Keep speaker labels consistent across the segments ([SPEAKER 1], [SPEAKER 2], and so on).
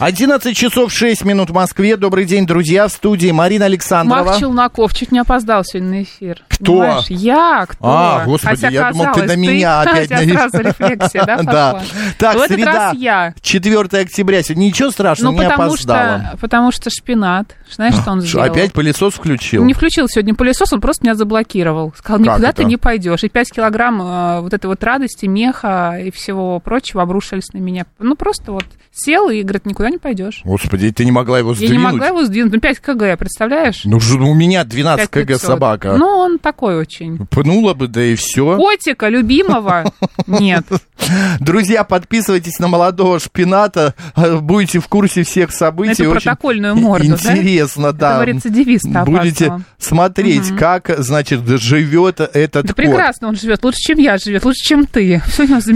[SPEAKER 1] 11 часов 6 минут в Москве. Добрый день, друзья, в студии Марина Александрова.
[SPEAKER 2] Мак Челноков чуть не опоздал сегодня на эфир.
[SPEAKER 1] Кто?
[SPEAKER 2] Понимаешь? Я, кто?
[SPEAKER 1] А, господи,
[SPEAKER 2] Хотя,
[SPEAKER 1] я думал, ты
[SPEAKER 2] казалось,
[SPEAKER 1] на меня
[SPEAKER 2] ты-
[SPEAKER 1] опять
[SPEAKER 2] У тебя
[SPEAKER 1] навис-
[SPEAKER 2] сразу рефлексия, да,
[SPEAKER 1] Да.
[SPEAKER 2] пошла? Ну,
[SPEAKER 1] Так,
[SPEAKER 2] В этот
[SPEAKER 1] среда.
[SPEAKER 2] раз я.
[SPEAKER 1] 4 октября. Сегодня ничего страшного,
[SPEAKER 2] Ну,
[SPEAKER 1] не
[SPEAKER 2] потому
[SPEAKER 1] опоздала.
[SPEAKER 2] что, потому что шпинат, знаешь, что он
[SPEAKER 1] Что,
[SPEAKER 2] сделал?
[SPEAKER 1] Опять пылесос включил?
[SPEAKER 2] Не включил сегодня пылесос, он просто меня заблокировал. Сказал, никуда
[SPEAKER 1] это?
[SPEAKER 2] ты не пойдешь. И 5 килограмм э, вот этой вот радости, меха и всего прочего обрушились на меня. Ну, просто вот сел и говорит, никуда не пойдешь.
[SPEAKER 1] Господи, ты не могла его
[SPEAKER 2] Я
[SPEAKER 1] сдвинуть?
[SPEAKER 2] не могла его сдвинуть. Ну, 5 кг, представляешь?
[SPEAKER 1] Ну, ж- ну, у меня 12 кг
[SPEAKER 2] 5500.
[SPEAKER 1] собака.
[SPEAKER 2] Ну, он такой очень.
[SPEAKER 1] Пнула бы, да и все.
[SPEAKER 2] Котика любимого нет.
[SPEAKER 1] Друзья, подписывайтесь на молодого шпината, э, будете в курсе всех событий.
[SPEAKER 2] Эту протокольную морду, да?
[SPEAKER 1] Интересно, да.
[SPEAKER 2] Этого рецидивиста опасного.
[SPEAKER 1] Будете смотреть, как, значит, живет этот
[SPEAKER 2] Да
[SPEAKER 1] кот.
[SPEAKER 2] прекрасно он живет, лучше, чем я живет, лучше, чем ты. Все у него
[SPEAKER 1] Ну дай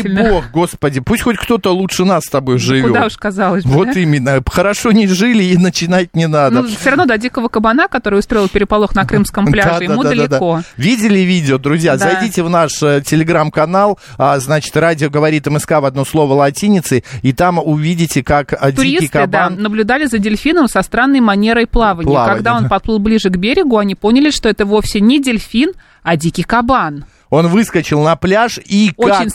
[SPEAKER 2] замечательно. Ну,
[SPEAKER 1] бог, господи, пусть хоть кто-то лучше нас с тобой живет.
[SPEAKER 2] Куда уж казалось бы,
[SPEAKER 1] Вот
[SPEAKER 2] да?
[SPEAKER 1] именно. Хорошо не жили и начинать не надо.
[SPEAKER 2] Ну, все равно до дикого кабана, который устроил переполох на Крымском пляже, ему
[SPEAKER 1] Да-да-да-да-да.
[SPEAKER 2] далеко.
[SPEAKER 1] Видели видео, друзья?
[SPEAKER 2] Да.
[SPEAKER 1] Зайдите в наш э, телеграм-канал, а, значит, радио говорит МСК в одно слово латиницей, и там увидите, как э, дикий
[SPEAKER 2] Туристы, да,
[SPEAKER 1] кабан...
[SPEAKER 2] наблюдали за дельфином со странной манерой плавания.
[SPEAKER 1] Плавания,
[SPEAKER 2] Когда
[SPEAKER 1] да.
[SPEAKER 2] он подплыл ближе к берегу, они поняли, что это вовсе не дельфин, а дикий кабан.
[SPEAKER 1] Он выскочил на пляж и
[SPEAKER 2] Очень
[SPEAKER 1] как побежал,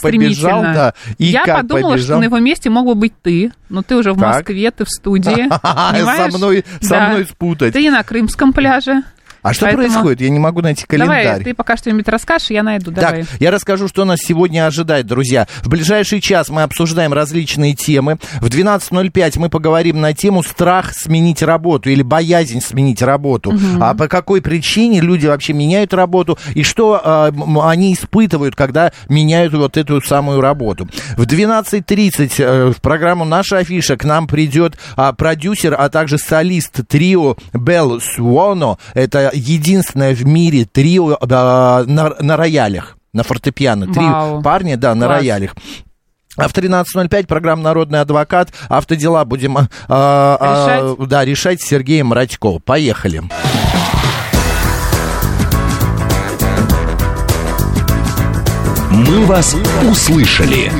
[SPEAKER 2] стремительно.
[SPEAKER 1] да, и
[SPEAKER 2] я
[SPEAKER 1] как
[SPEAKER 2] подумала,
[SPEAKER 1] побежал.
[SPEAKER 2] что на его месте мог бы быть ты, но ты уже в
[SPEAKER 1] Так.
[SPEAKER 2] Москве, ты в студии.
[SPEAKER 1] Со
[SPEAKER 2] понимаешь?
[SPEAKER 1] мной, со
[SPEAKER 2] Да.
[SPEAKER 1] мной спутать.
[SPEAKER 2] Ты не на Крымском пляже.
[SPEAKER 1] А что
[SPEAKER 2] Поэтому-
[SPEAKER 1] происходит? Я не могу найти календарь.
[SPEAKER 2] Давай, ты пока что-нибудь расскажешь, я найду. Давай.
[SPEAKER 1] Так, я расскажу, что нас сегодня ожидает, друзья. В ближайший час мы обсуждаем различные темы. В 12.05 мы поговорим на тему страх сменить работу или боязнь сменить работу. А по какой причине люди вообще меняют работу и что э, м- они испытывают, когда меняют вот эту самую работу. В 12.30 э, в программу «Наша афиша» к нам придет а, продюсер, а также солист трио Белл Суоно. Это единственное в мире трио а, на, на роялях, на фортепиано. Три
[SPEAKER 2] Вау.
[SPEAKER 1] парня, да, на
[SPEAKER 2] Класс.
[SPEAKER 1] роялях. А в 13.05 программа «Народный адвокат». Автодела будем а, а,
[SPEAKER 2] Решать?
[SPEAKER 1] да, решать с Сергеем Радько. Поехали.
[SPEAKER 3] «Мы вас услышали».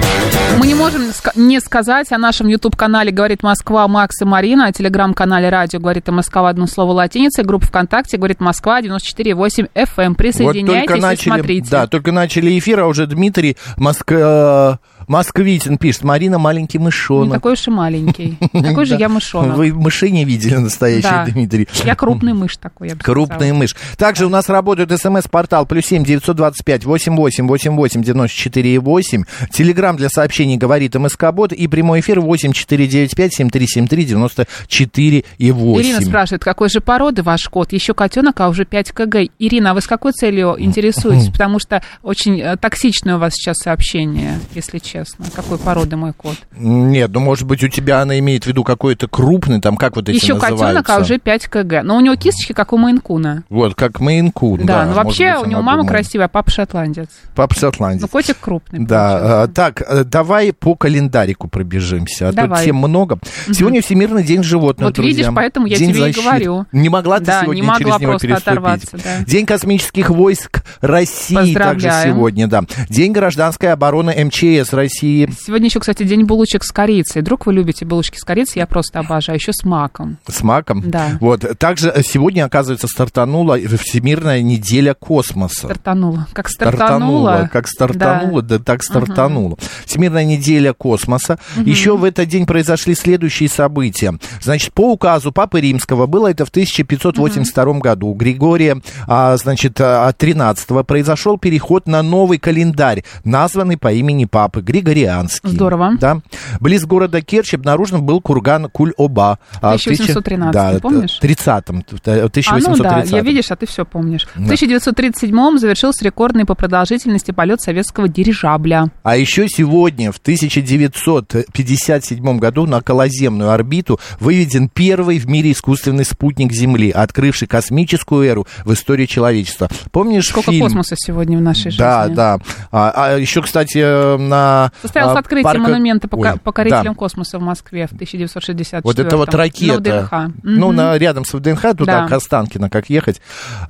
[SPEAKER 2] Мы не можем ска- не сказать о нашем YouTube-канале «Говорит Москва» Макс и Марина, о телеграм-канале «Радио говорит МСК» в одно слово латиницей, группа ВКонтакте «Говорит Москва» 94.8 FM. Присоединяйтесь и смотрите.
[SPEAKER 1] Да, только начали эфир, а уже Дмитрий Моск... э, Москвитин пишет. Марина маленький
[SPEAKER 2] Не
[SPEAKER 1] мышонок.
[SPEAKER 2] такой уж и маленький. Такой же
[SPEAKER 1] Да.
[SPEAKER 2] я мышонок.
[SPEAKER 1] Вы мышей не видели настоящих,
[SPEAKER 2] Да.
[SPEAKER 1] Дмитрий.
[SPEAKER 2] Я крупный мышь такой, я бы
[SPEAKER 1] Крупная
[SPEAKER 2] сказала.
[SPEAKER 1] мышь. Также у нас работает смс-портал плюс семь девятьсот двадцать пять восемь восемь восемь восемь девяносто четыре восемь. Телеграмм для сообщений говорит МСК Бот и прямой эфир восемь четыре девять пять семь три семь три девяносто четыре и
[SPEAKER 2] Ирина
[SPEAKER 1] восемь.
[SPEAKER 2] спрашивает, какой же породы ваш кот? Еще котенок, а уже 5 кг. Ирина, а вы с какой целью интересуетесь? Потому что очень э, токсичное у вас сейчас сообщение, если честно. Какой породы мой кот?
[SPEAKER 1] Нет, ну может быть у тебя она имеет в виду какой-то крупный, там как вот эти
[SPEAKER 2] Еще котенок, а
[SPEAKER 1] называются?
[SPEAKER 2] уже 5 кг. Но у него кисточки, как у Майнкуна.
[SPEAKER 1] Вот, как Мейнкун.
[SPEAKER 2] Да, ну вообще
[SPEAKER 1] может быть,
[SPEAKER 2] у него
[SPEAKER 1] она
[SPEAKER 2] мама
[SPEAKER 1] думает.
[SPEAKER 2] красивая, а папа шотландец.
[SPEAKER 1] Папа Шотландец.
[SPEAKER 2] Ну, котик крупный.
[SPEAKER 1] Да, э,
[SPEAKER 2] получается.
[SPEAKER 1] так, э, давай по календарику пробежимся, а то
[SPEAKER 2] Давай.
[SPEAKER 1] тем много. Сегодня Всемирный день животных,
[SPEAKER 2] Вот
[SPEAKER 1] друзья.
[SPEAKER 2] видишь, поэтому я
[SPEAKER 1] День
[SPEAKER 2] тебе и
[SPEAKER 1] защиты.
[SPEAKER 2] говорю.
[SPEAKER 1] Не могла ты
[SPEAKER 2] Да,
[SPEAKER 1] сегодня
[SPEAKER 2] не могла
[SPEAKER 1] через него
[SPEAKER 2] просто
[SPEAKER 1] переступить.
[SPEAKER 2] оторваться, да.
[SPEAKER 1] День космических войск России
[SPEAKER 2] Поздравляем.
[SPEAKER 1] также сегодня, да. День гражданской обороны МЧС России
[SPEAKER 2] Сегодня еще, кстати, день булочек с корицей. Вдруг вы любите булочки с корицей, я просто обожаю. Еще с маком.
[SPEAKER 1] с маком.
[SPEAKER 2] Да.
[SPEAKER 1] Вот. Также э, сегодня, оказывается, стартанула Всемирная неделя космоса.
[SPEAKER 2] Стартанула. А, ну Как стартанула.
[SPEAKER 1] как стартанула, да, так стартанула. Всемирная неделя космоса. Еще в этот день произошли следующие события. Значит, по указу Папы Римского, было это в 1582 году, у Григория, а, значит, а, 13 произошел переход на новый календарь, названный по имени Папы. Григорианский.
[SPEAKER 2] Здорово.
[SPEAKER 1] Да. Близ города Керчь обнаружен был курган Куль-Оба. А, в тысяча-
[SPEAKER 2] 1813,
[SPEAKER 1] да,
[SPEAKER 2] помнишь?
[SPEAKER 1] в 30-м, в
[SPEAKER 2] А, ну да,
[SPEAKER 1] 1830
[SPEAKER 2] я видишь, а ты все помнишь. В 1937-м завершился рекордный по продолжительности полет советского дирижабля.
[SPEAKER 1] А еще сегодня, в 1957 году, на околоземную орбиту выведен первый в мире искусственный спутник Земли, открывший космическую эру в истории человечества. Помнишь
[SPEAKER 2] Сколько
[SPEAKER 1] фильм?
[SPEAKER 2] космоса сегодня в нашей жизни?
[SPEAKER 1] Да, да. А, еще, кстати, э, на...
[SPEAKER 2] Состоялось
[SPEAKER 1] а,
[SPEAKER 2] открытие
[SPEAKER 1] парка-
[SPEAKER 2] монумента
[SPEAKER 1] Ой,
[SPEAKER 2] по покорителям
[SPEAKER 1] да.
[SPEAKER 2] космоса в Москве в 1964
[SPEAKER 1] Вот это вот ракета. Ну, на, рядом с ВДНХ, туда,
[SPEAKER 2] Да.
[SPEAKER 1] к Останкино, как ехать.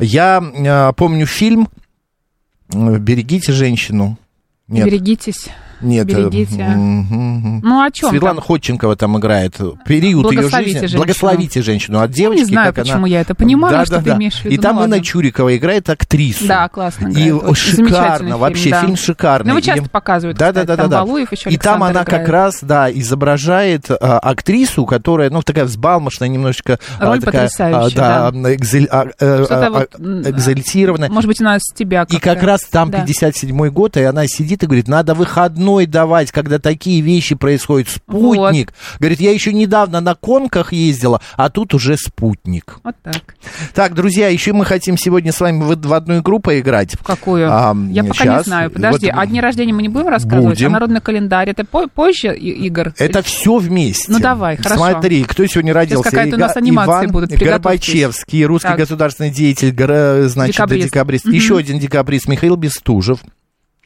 [SPEAKER 1] Я э, помню фильм э, «Берегите женщину». Нет,
[SPEAKER 2] Берегитесь.
[SPEAKER 1] нет. э,
[SPEAKER 2] берегите.
[SPEAKER 1] м, м, м.
[SPEAKER 2] Ну, о чем
[SPEAKER 1] Светлана Ходченкова там играет. Период ее
[SPEAKER 2] Благословите
[SPEAKER 1] жизни.
[SPEAKER 2] женщину.
[SPEAKER 1] Благословите женщину. От девочки,
[SPEAKER 2] знаю,
[SPEAKER 1] как она-
[SPEAKER 2] почему я это понимаю,
[SPEAKER 1] Да,
[SPEAKER 2] что
[SPEAKER 1] да,
[SPEAKER 2] ты
[SPEAKER 1] да.
[SPEAKER 2] имеешь в виду.
[SPEAKER 1] И там
[SPEAKER 2] Ну, ладно.
[SPEAKER 1] Инна Чурикова играет актрису.
[SPEAKER 2] Да, классно играет.
[SPEAKER 1] И
[SPEAKER 2] Очень
[SPEAKER 1] шикарно,
[SPEAKER 2] замечательный
[SPEAKER 1] вообще
[SPEAKER 2] фильм, да.
[SPEAKER 1] фильм шикарный.
[SPEAKER 2] Ну, его
[SPEAKER 1] И-
[SPEAKER 2] часто показывают,
[SPEAKER 1] Да,
[SPEAKER 2] кстати,
[SPEAKER 1] да, да,
[SPEAKER 2] там
[SPEAKER 1] да.
[SPEAKER 2] Балуев еще
[SPEAKER 1] И там
[SPEAKER 2] Александр
[SPEAKER 1] она
[SPEAKER 2] играет.
[SPEAKER 1] как раз, да, изображает а, актрису, которая, ну, такая взбалмошная немножечко. а,
[SPEAKER 2] Роль
[SPEAKER 1] такая, а,
[SPEAKER 2] потрясающая,
[SPEAKER 1] да. экзаль- а, э,
[SPEAKER 2] Что-то
[SPEAKER 1] а,
[SPEAKER 2] вот,
[SPEAKER 1] а,
[SPEAKER 2] м,
[SPEAKER 1] экзальтированная.
[SPEAKER 2] Может быть, она с тебя
[SPEAKER 1] И как раз там
[SPEAKER 2] Да.
[SPEAKER 1] 57-й год, и она сидит и говорит, надо выходной давать, когда такие вещи происходят. Спутник. Говорит, я еще недавно на конках ездила, а тут уже спутник.
[SPEAKER 2] Вот так.
[SPEAKER 1] Так, друзья, еще мы хотим сегодня с вами в, в одну игру поиграть.
[SPEAKER 2] В какую?
[SPEAKER 1] А,
[SPEAKER 2] Я пока
[SPEAKER 1] щас,
[SPEAKER 2] не знаю. Подожди,
[SPEAKER 1] вот-
[SPEAKER 2] о дне рождения мы не будем рассказывать?
[SPEAKER 1] Будем.
[SPEAKER 2] А народный календарь? Это по- позже, И- Игорь?
[SPEAKER 1] Это все вместе.
[SPEAKER 2] Ну, давай, хорошо.
[SPEAKER 1] Смотри, кто сегодня родился?
[SPEAKER 2] какая-то у нас
[SPEAKER 1] Ига-
[SPEAKER 2] анимация
[SPEAKER 1] Иван
[SPEAKER 2] будут, приготовьтесь.
[SPEAKER 1] Горбачевский, русский
[SPEAKER 2] Так.
[SPEAKER 1] государственный деятель, гра- значит,
[SPEAKER 2] Декабрист.
[SPEAKER 1] декабрист. Еще один декабрист, Михаил Бестужев.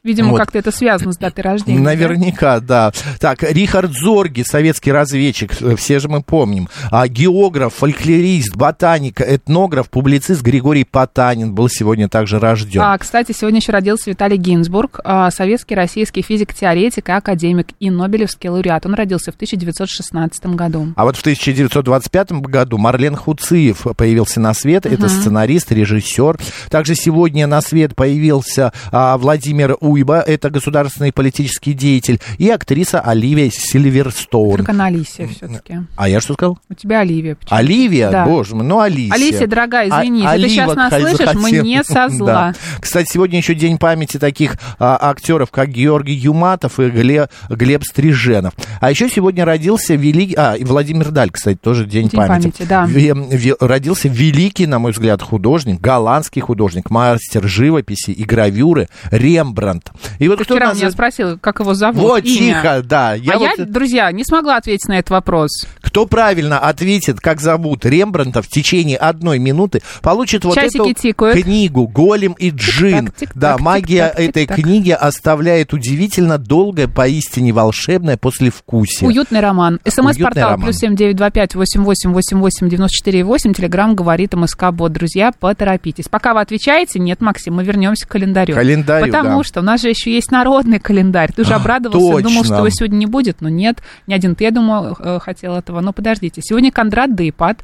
[SPEAKER 2] Видимо,
[SPEAKER 1] Вот.
[SPEAKER 2] как-то это связано с датой рождения. да?
[SPEAKER 1] Наверняка, да. Так, Рихард Зорги, советский разведчик, э, все же мы помним. А, географ, фольклорист, ботаник, этнограф, публицист Григорий Потанин был сегодня также рожден.
[SPEAKER 2] А, кстати, сегодня еще родился Виталий Гинзбург, а, советский российский физик-теоретик и академик, и Нобелевский лауреат. Он родился в 1916 году.
[SPEAKER 1] А вот в 1925 году Марлен Хуциев появился на свет. Это сценарист, режиссер. Также сегодня на свет появился а, Владимир Уйба. Это государственный политический деятель. И актриса Оливия Сильверстоун.
[SPEAKER 2] Только на Алисия все-таки.
[SPEAKER 1] А я что сказал?
[SPEAKER 2] У тебя Оливия. почему?
[SPEAKER 1] Оливия?
[SPEAKER 2] Да.
[SPEAKER 1] Боже мой, ну Алисия.
[SPEAKER 2] Алисия, дорогая,
[SPEAKER 1] А-
[SPEAKER 2] извини, если ты
[SPEAKER 1] Олива
[SPEAKER 2] сейчас нас
[SPEAKER 1] хоть
[SPEAKER 2] слышишь, мы
[SPEAKER 1] захотел.
[SPEAKER 2] не со зла.
[SPEAKER 1] Да. Кстати, сегодня еще день памяти таких а, актеров, как Георгий Юматов и Гле- Глеб Стриженов. А еще сегодня родился великий... А, и Владимир Даль, кстати, тоже день,
[SPEAKER 2] День памяти, да.
[SPEAKER 1] Ве- ве- родился великий, на мой взгляд, художник, голландский художник, мастер живописи и гравюры Рембрандт. И вот
[SPEAKER 2] Ты
[SPEAKER 1] кто
[SPEAKER 2] вчера
[SPEAKER 1] нас...
[SPEAKER 2] меня спросил, как его зовут.
[SPEAKER 1] Вот,
[SPEAKER 2] А имя.
[SPEAKER 1] тихо, да.
[SPEAKER 2] а
[SPEAKER 1] вот-
[SPEAKER 2] я, друзья, не смогла ответить на этот вопрос.
[SPEAKER 1] Кто правильно ответит, как зовут Рембранта в течение одной минуты, получит вот
[SPEAKER 2] Часики
[SPEAKER 1] эту
[SPEAKER 2] тикают.
[SPEAKER 1] книгу «Голем и Джин».
[SPEAKER 2] тик-так,
[SPEAKER 1] да,
[SPEAKER 2] тик-так,
[SPEAKER 1] магия
[SPEAKER 2] тик-так,
[SPEAKER 1] этой
[SPEAKER 2] тик-так.
[SPEAKER 1] книги оставляет удивительно долгое, поистине волшебное послевкусие.
[SPEAKER 2] Уютный роман. СМС-портал
[SPEAKER 1] роман.
[SPEAKER 2] плюс семь девять два пять восемь восемь восемь восемь девяносто четыре восемь. Телеграмм говорит МСК Бот. Друзья, поторопитесь. Пока вы отвечаете, нет, Максим, мы вернемся к календарю.
[SPEAKER 1] Календарю,
[SPEAKER 2] Потому
[SPEAKER 1] да. А,
[SPEAKER 2] что у нас же еще есть народный календарь. Ты уже обрадовался,
[SPEAKER 1] точно.
[SPEAKER 2] думал, что его сегодня не будет, но нет. Ни один ты, я думал, э, хотел этого. Но подождите. Сегодня Кондрат Дейпат.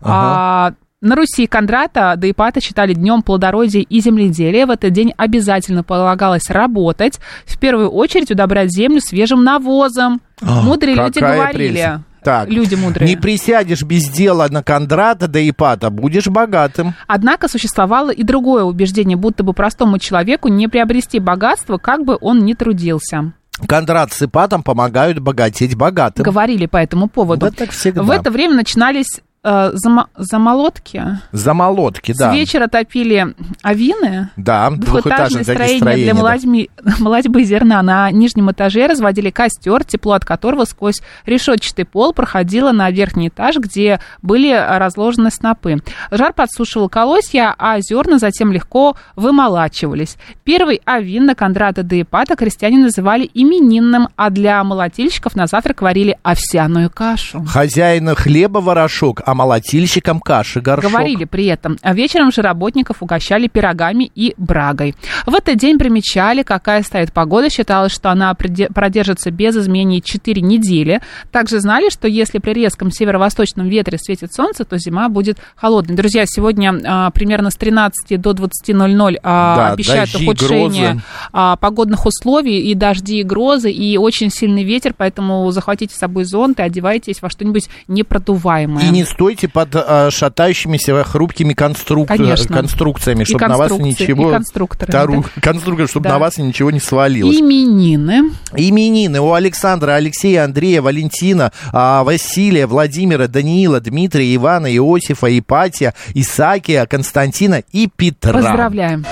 [SPEAKER 2] А, на Руси Кондрата Ипата считали днем плодородия и земледелия. В этот день обязательно полагалось работать. В первую очередь удобрять землю свежим навозом. Мудрые люди
[SPEAKER 1] А, Какая
[SPEAKER 2] говорили.
[SPEAKER 1] прелесть. Так.
[SPEAKER 2] Люди мудрые.
[SPEAKER 1] Не присядешь без дела на Кондрата да Ипата, будешь богатым.
[SPEAKER 2] Однако существовало и другое убеждение, будто бы простому человеку не приобрести богатство, как бы он ни трудился.
[SPEAKER 1] Кондрат с Ипатом помогают богатеть богатым.
[SPEAKER 2] Говорили по этому поводу.
[SPEAKER 1] Да так всегда.
[SPEAKER 2] В это время начинались э, зама- замолотки.
[SPEAKER 1] Замолотки, да.
[SPEAKER 2] С вечера топили овины.
[SPEAKER 1] Да, двухэтажное
[SPEAKER 2] Двухэтажное
[SPEAKER 1] такие
[SPEAKER 2] строение для
[SPEAKER 1] строения. да.
[SPEAKER 2] молодьми- молодьбы зерна. На нижнем этаже разводили костер, тепло от которого сквозь решетчатый пол проходило на верхний этаж, где были а, разложены снопы. Жар подсушивал колосья, а зерна затем легко вымолачивались. Первый овин на Кондрата до Ипата крестьяне называли именинным, а для молотильщиков на завтрак варили овсяную кашу.
[SPEAKER 1] Хозяина хлеба ворошок, а молотильщикам каши горшок.
[SPEAKER 2] Говорили при этом. А вечером же работников угощали пирогами и брагой. В этот день примечали, какая стоит погода. Считалось, что она проде- продержится без изменений 4 недели. Также знали, что если при резком северо-восточном ветре светит солнце, то зима будет холодной. Друзья, сегодня а, примерно с 13 до 20.00 а,
[SPEAKER 1] Да,
[SPEAKER 2] обещают
[SPEAKER 1] дожди,
[SPEAKER 2] ухудшение
[SPEAKER 1] грозы.
[SPEAKER 2] а, погодных условий, и дожди, и грозы, и очень сильный ветер, поэтому захватите с собой зонт и одевайтесь во что-нибудь непродуваемое.
[SPEAKER 1] И не стойте под э, шатающимися хрупкими конструк-
[SPEAKER 2] Конечно.
[SPEAKER 1] конструкциями,
[SPEAKER 2] И
[SPEAKER 1] чтобы на вас
[SPEAKER 2] конструкции,
[SPEAKER 1] ничего...
[SPEAKER 2] и конструкторами,
[SPEAKER 1] Тару- конструкторы, чтобы
[SPEAKER 2] Да.
[SPEAKER 1] на вас ничего не свалилось.
[SPEAKER 2] Именины.
[SPEAKER 1] Именины у Александра, Алексея, Андрея, Валентина, а, Василия, Владимира, Даниила, Дмитрия, Ивана, Иосифа, Ипатия, Исаакия, Константина и Петра.
[SPEAKER 2] Поздравляем.